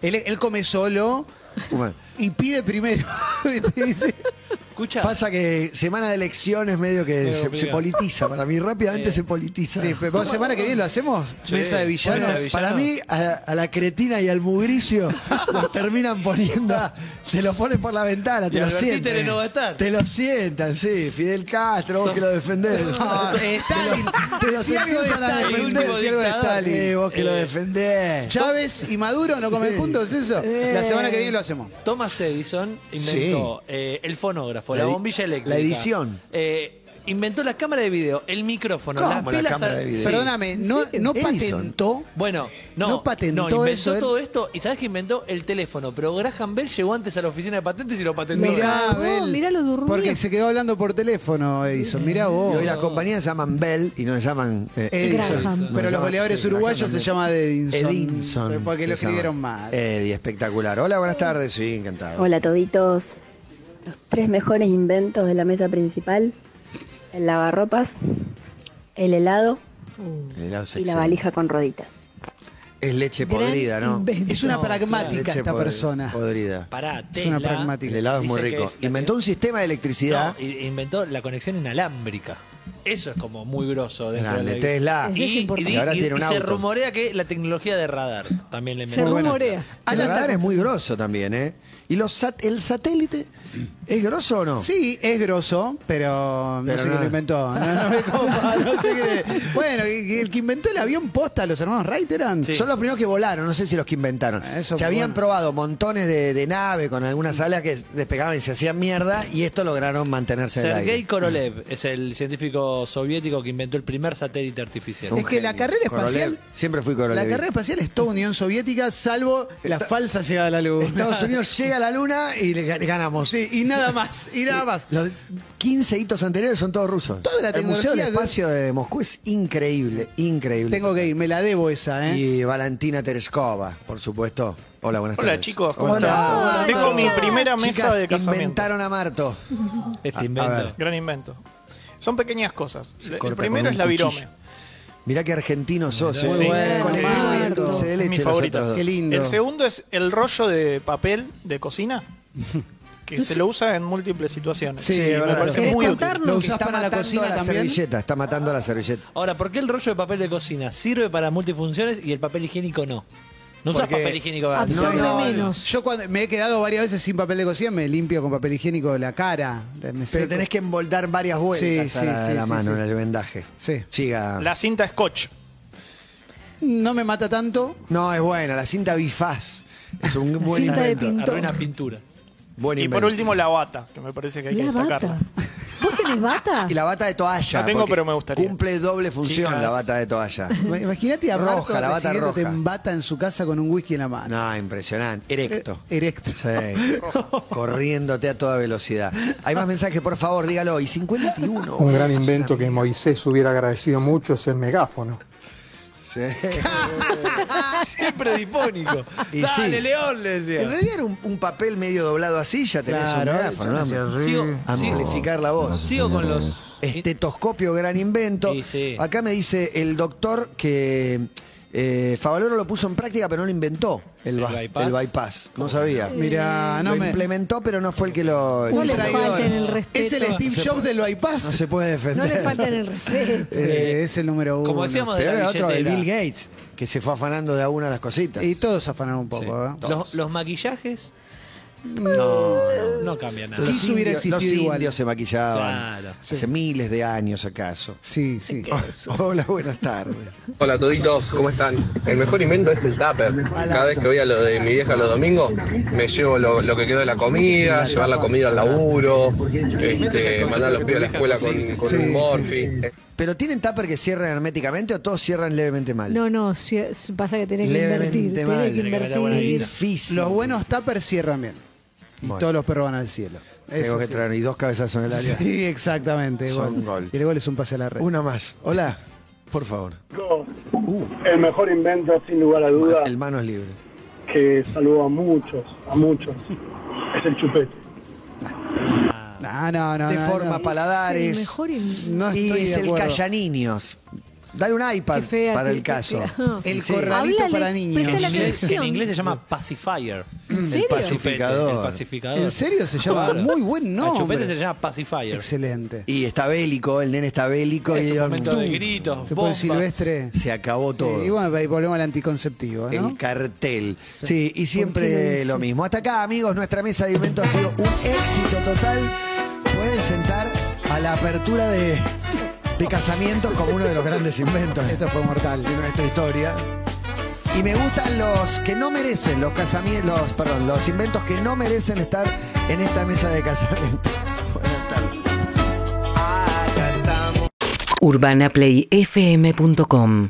C: él, él come solo
B: Bueno,
C: y pide primero. Y te dice,
E: Escucha,
B: Pasa que semana de elecciones medio que
E: Medio
B: se, se
E: complicado.
B: politiza. Para mí rápidamente
E: Sí.
B: se politiza.
C: sí, pero vos semana que viene lo hacemos,
E: Sí,
C: mesa de
E: mesa de
C: villanos.
E: villanos.
B: Para mí, a, a la cretina y al mugricio los terminan poniendo. Te lo ponen por la ventana, te
E: Y
B: lo
E: Albertini
B: sientan.
E: Tere no va a estar.
B: Te lo sientan, sí. Fidel Castro, vos que lo defendés.
C: No, Stalin.
B: Te lo
C: Si algo de
B: empiezan a
C: Stalin,
B: defender.
E: último
B: Si algo de
E: dictador.
B: Stalin. Eh, vos que lo defendés.
C: Chávez y Maduro no comen juntos, eso. La semana que viene lo hacemos.
E: Thomas Edison inventó eh, el fonógrafo, la,
B: La edi-
E: bombilla eléctrica.
B: la edición.
E: Eh, inventó la cámara de video, el micrófono,
B: ¿Cómo
E: las
B: la
E: pilas
B: cámara
E: ar-
B: de video?
E: Sí.
C: Perdóname, no, no
B: Edison.
C: patentó.
E: Bueno, no,
C: ¿No patentó
E: inventó
C: eso él?
E: todo esto y sabes que inventó el teléfono, pero Graham Bell llegó antes a la oficina de patentes y lo patentó.
C: Mirá,
D: No,
C: Abel,
D: mirá lo durmió.
C: Porque se quedó hablando por teléfono, Edison. Mirá
B: Y
C: vos.
B: hoy las compañías se llaman Bell y no se llaman eh,
C: Edison.
B: Edison. No,
C: Pero
B: se
C: los
B: llaman-
C: goleadores
B: sí,
C: uruguayos
B: Graham
C: se
B: Bell.
C: llaman Edinson.
B: Edinson.
C: Porque lo
B: se
C: escribieron
B: llama.
C: mal.
B: Eddie, espectacular. Hola, buenas tardes. Sí, encantado.
Q: Hola toditos. Los tres mejores inventos de la mesa principal, el lavarropas, el helado
B: El helado es
Q: y la
B: excelente.
Q: valija con roditas.
B: Es leche
D: Gran
B: podrida, ¿no?
D: invento.
C: Es una pragmática
B: Leche
C: esta
B: pod-
C: persona.
B: Podrida.
E: Pará,
C: Es una
E: Tesla
C: pragmática.
B: El helado es
E: dice
B: muy
E: que
B: rico.
E: es la
B: Inventó un sistema de electricidad.
E: No, i- inventó la conexión inalámbrica. Eso es como muy grosso dentro
B: Grande,
E: de la-
B: Tesla.
E: Y,
D: Es
E: y-
D: importante.
E: y-
B: Y ahora
E: y-
B: tiene un
E: y se
B: auto.
E: rumorea que la tecnología de radar también le
D: Se
E: inventó.
D: rumorea.
B: El radar es muy grosso también, ¿eh? ¿Y los sat- el satélite es grosso o no?
C: Sí, es grosso, pero,
B: Pero
C: no sé quién
B: no.
C: lo inventó. No, no me copa, no sé qué- Bueno, y- y el que inventó el avión posta, los hermanos Wright eran.
E: Sí.
B: Son los primeros que volaron, no sé si los que inventaron.
C: Ah, eso
B: se
C: fue
B: habían
C: bueno. Mm.
B: probado montones de, de nave con algunas alas que despegaban y se hacían mierda y esto lograron mantenerse en el
E: Sergei
B: aire.
E: Korolev es el científico soviético que inventó el primer satélite artificial.
C: Es que la carrera
B: Korolev.
C: espacial-
B: Siempre fui
C: La
B: Korolev.
C: carrera espacial es toda Unión Soviética, salvo la falsa llegada a la luz.
B: Estados Unidos llega a la luna y le ga- ganamos.
C: Sí, y nada más, y nada más.
B: Los 15 hitos anteriores son todos rusos.
C: Toda la
B: el Museo del
C: tecnología de-
B: Espacio de Moscú es increíble, increíble.
C: Tengo que ir, me la debo esa, ¿eh?
B: Y Valentina Tereskova, por supuesto. Hola, buenas
R: Hola
B: tardes.
R: chicos, ¿cómo
B: Hola.
R: están?
D: Hola,
R: Tengo mi
D: chicas.
R: primera mesa
B: Chicas,
R: de casamiento.
B: inventaron a Marto. A- a
E: Este invento.
B: ver.
R: Gran invento. Son pequeñas cosas. El
B: corta
R: primero
B: con
R: es
B: un
R: la
B: cuchillo.
R: virome.
B: Mirá qué argentino sos.
R: Sí.
B: eh.
R: Muy
C: bueno,
B: Con el
C: Marto.
B: vino y el dulce de
R: Es
B: leche.
R: mi
B: los
R: favorita.
B: otros dos.
C: Qué lindo.
R: El segundo es el rollo de papel de cocina, que se lo usa en múltiples situaciones.
B: Sí,
R: Y
B: es
R: me
B: verdad.
R: parece
D: ¿Querés
R: muy útil.
D: contarnos?
C: Lo usás
B: Está
C: para la
B: matando
C: cocina
B: a la
C: también.
B: servilleta, está matando a la servilleta.
E: Ahora, ¿por qué el rollo de papel de cocina sirve para multifunciones y el papel higiénico no? No usas
C: Porque-
E: papel higiénico barato.
C: Yo cuando me he quedado varias veces sin papel de cocina, me limpio con papel higiénico la cara.
B: Pero tenés que emboldar varias vueltas
C: Sí,
B: a
C: sí,
B: la,
C: sí,
B: la
C: sí,
B: mano
C: sí.
B: en el vendaje.
C: Sí.
B: Siga.
R: La cinta scotch.
C: No me mata tanto.
B: No, es buena, la cinta bifaz. Es un buen
R: Cinta de
B: invento.
R: pintor. Arruina pintura.
B: Buen
R: Y por
B: invento.
R: último, la bata, que me parece que hay que
D: La
R: destacarla.
D: bata. ¿Vos tenés bata?
B: Y la bata de toalla.
R: La tengo,
B: porque
R: pero me gustaría.
B: Cumple doble función
R: Chicas.
B: la bata de toalla.
C: Ma- Imagínate a
B: Roja,
C: Marto
B: la bata
C: recibiéndote
B: roja.
C: en bata en su casa con un whisky en la mano.
B: No, impresionante.
C: Eh,
B: Erecto.
C: Erecto.
B: Sí. Corriéndote a toda velocidad. Hay más mensajes, por favor, dígalo. Y 51.
S: Un gran invento que Moisés hubiera agradecido mucho es el megáfono.
B: Sí.
E: Ah, Siempre difónico.
B: Y
E: Dale,
B: sí.
E: León, le
B: En
E: decía.
B: realidad era un, un papel medio doblado así, ya tenés
E: Claro,
B: un megáfono,
E: ya
B: ¿no?
E: tenés- Sigo-
B: Amplificar la voz.
E: Sigo con los.
B: Este Estetoscopio, gran invento. Acá me dice el doctor que eh, Favaloro lo puso en práctica, pero no lo inventó. El,
E: ¿El
B: ba-
E: bypass?
B: el bypass. No sabía.
C: Mirá, no
B: lo
C: me-
B: implementó, pero no fue el que lo.
D: No le
B: traidor.
D: falten el respeto.
C: Es el Steve
B: Se
C: Jobs del bypass.
B: No se puede
D: No
B: defender.
D: le faltan el respeto.
C: Sí, Eh, es el número uno.
E: Como decíamos de
B: Pero
E: la
B: era otro, el
E: billetera.
B: Bill Gates, que se fue afanando de a una las cositas.
C: Y todos afanaron un poco, ¿eh?
E: Los, los maquillajes
B: No.
E: no cambian nada.
B: Los
C: Quiso hubiera
B: indios-
C: existido
B: los
C: igual.
B: indios se maquillaban
E: Claro.
B: hace miles de años acaso.
C: Sí, sí.
B: Hola, buenas tardes.
T: Hola toditos, ¿cómo están? El mejor invento es el tupper. Cada vez que voy a lo de mi vieja los domingos, me llevo lo, lo que quedó de la comida, llevar la comida al laburo, este, mandar a los pibes a la escuela con, con un morfi.
B: ¿Pero tienen tupper que cierran herméticamente o todos cierran levemente mal?
D: No, no, si- si pasa que tenés que
B: Levemente
D: invertir. Tenés
B: mal.
D: que
B: Tiene que meter buena
D: invertir.
B: guita. Difícil.
C: Los buenos tappers cierran bien. Y
B: Bueno.
C: todos los perros van al cielo.
B: Tengo
C: Eso
B: que
C: sí.
B: traer y dos cabezazos en el área.
C: Sí, exactamente.
B: Son
C: gol.
B: gol.
C: Y el gol es un pase a la red.
B: Una más. Hola, por favor.
U: El mejor invento, sin lugar a duda,
B: El manos libre.
U: que saludó a muchos, a muchos, es el chupete.
C: No, no, no.
B: De
C: no,
B: forma
C: no.
B: paladares.
C: No estoy
B: y
C: de
B: es el
C: acuerdo.
B: Callaninios. Dale un iPad
D: Qué fea, Ah,
B: para
D: qué-
B: el
D: qué
B: caso.
D: fea.
C: El
B: Sí.
C: corralito
D: Háblale,
C: para
D: presta
E: En
C: niños.
D: la-
E: inglés, en
D: canción.
E: inglés se llama pacifier.
D: ¿En serio?
E: El pacificador.
B: Pacificador.
E: El pacificador.
C: ¿En serio se llama?
E: Claro.
C: Muy buen
E: A chupete se
C: nombre.
E: llama pacifier.
C: Excelente.
B: Y está bélico, el nene está bélico.
E: Es
B: y
E: un momento de
B: ¡tum!
E: gritos,
C: Se pone
E: bombas.
C: silvestre.
B: Se acabó todo.
C: Sí, y bueno, ahí volvemos al anticonceptivo, ¿no?
B: El cartel. Sí, y
C: ¿Por qué lo
B: siempre
C: hice?
B: lo mismo. Hasta acá, amigos, nuestra mesa de invento ha sido un éxito total. Pueden sentar a la apertura de, de casamientos como uno de los grandes inventos
C: Esto fue mortal.
B: de nuestra historia. Y me gustan los que no merecen, los casamientos, los, perdón, los inventos que no merecen estar en esta mesa de casamiento. Buenas tardes.
V: UrbanaPlayFM.com